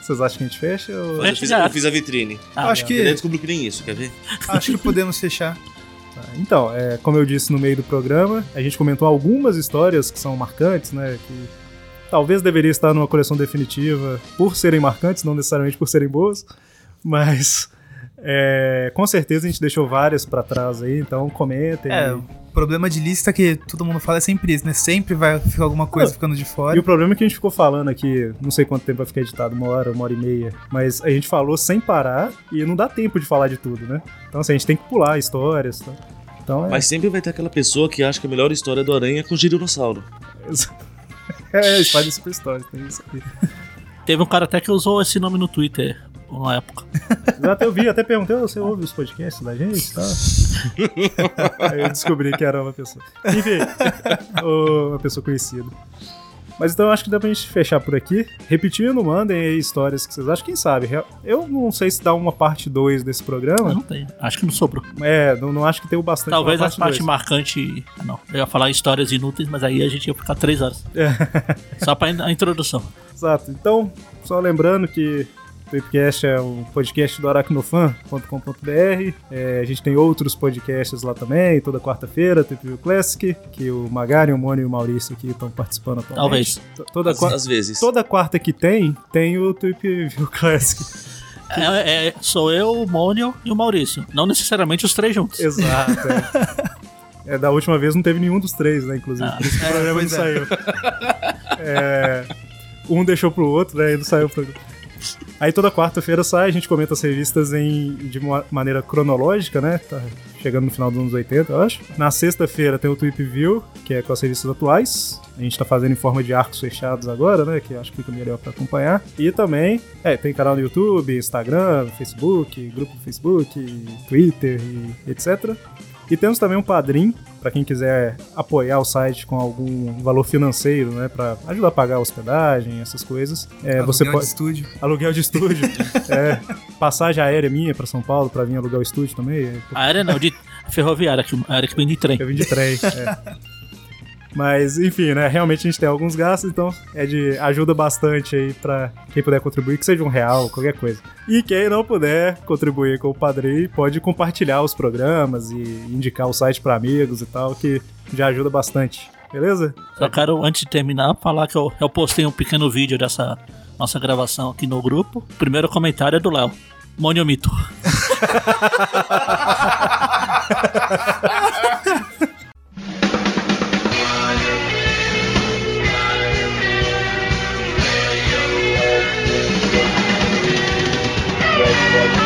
vocês acham que a gente fecha? Ou... tá? Mas eu Fecha fiz, já. eu fiz a vitrine. Ah, acho, E daí que, descobriu que nem isso, quer ver? acho que podemos fechar. Tá, Então, é, como eu disse no meio do programa, a gente comentou algumas histórias que são marcantes, né? Que talvez deveria estar numa coleção definitiva por serem marcantes, não necessariamente por serem boas, mas. é, com certeza a gente deixou várias pra trás aí, então comentem. É, o problema de lista que todo mundo fala é sempre isso, né? Sempre vai ficar alguma coisa ficando de Ah, E fora. o problema é que a gente ficou falando aqui, não sei quanto tempo vai ficar editado, uma hora, uma hora e meia, mas a gente falou sem parar e não dá tempo de falar de tudo, né? Então, assim, a gente tem que pular histórias. Tá? Então, é, Mas sempre vai ter aquela pessoa que acha que a melhor história do Aranha é com o Girinossauro. é história de super história, tem isso aqui. Teve um cara até que usou esse nome no Twitter uma época. Exato, eu vi, até perguntei, você ouve os podcasts da gente e tal? Aí eu descobri que era uma pessoa. Enfim, ô, uma pessoa conhecida. Mas então eu acho que dá pra gente fechar por aqui. Repetindo, mandem aí histórias que vocês acham, quem sabe. Eu não sei se dá uma parte 2 desse Mas programa. não tem. Acho que não sobrou. É, não, não acho que tem o bastante. Talvez pra a parte dois. marcante. ah, Não. Eu ia falar histórias inúteis, mas aí a gente ia ficar três horas. Só pra in- a introdução. É, Exato. Então, só lembrando que o Tweepcast é um podcast do aracnofan.com.br. É, a gente tem outros podcasts lá também, toda quarta-feira, Tweep View Classic, que o Magari, o Mônio e o Maurício aqui estão participando atualmente. Talvez. T- Toda, às, qua- às vezes. toda quarta que tem, tem o Tweep View Classic. É- é- sou eu, o Mônio e o Maurício. Não necessariamente os três juntos. Exato. É. É, da última vez não teve nenhum dos três, né, inclusive. Ah. Por isso que o programa não pois é. saiu. É, um deixou pro outro, né, e não saiu o programa. Aí toda quarta-feira sai, a gente comenta as revistas em, de uma maneira cronológica, né? Tá chegando no final dos anos 80, eu acho. Na sexta-feira tem o Tweep View, que é com as revistas atuais. A gente tá fazendo em forma de arcos fechados agora, né? Que eu acho que fica melhor pra acompanhar. E também, é, tem canal no YouTube, Instagram, Facebook, grupo do Facebook, Twitter e etc. E temos também um padrim, para quem quiser apoiar o site com algum valor financeiro, né? Pra ajudar a pagar a hospedagem, essas coisas. É, você Aluguel de pode Tá estúdio. aluguel de estúdio. é, passagem aérea minha pra São Paulo pra vir alugar o estúdio também. é, A área não, de ferroviária, que, a área que vem de trem. Eu vim de trem. é. Mas, enfim, né? Realmente a gente tem alguns gastos, então é de ajuda bastante aí pra quem puder contribuir, que seja um real, qualquer coisa. E quem não puder contribuir com o Padrim, pode compartilhar os programas e indicar o site pra amigos e tal, que já ajuda bastante. Beleza? Só quero, antes de terminar, falar que eu, eu postei um pequeno vídeo dessa nossa gravação aqui no grupo. O primeiro comentário é do Léo. Moniomito. Thank you.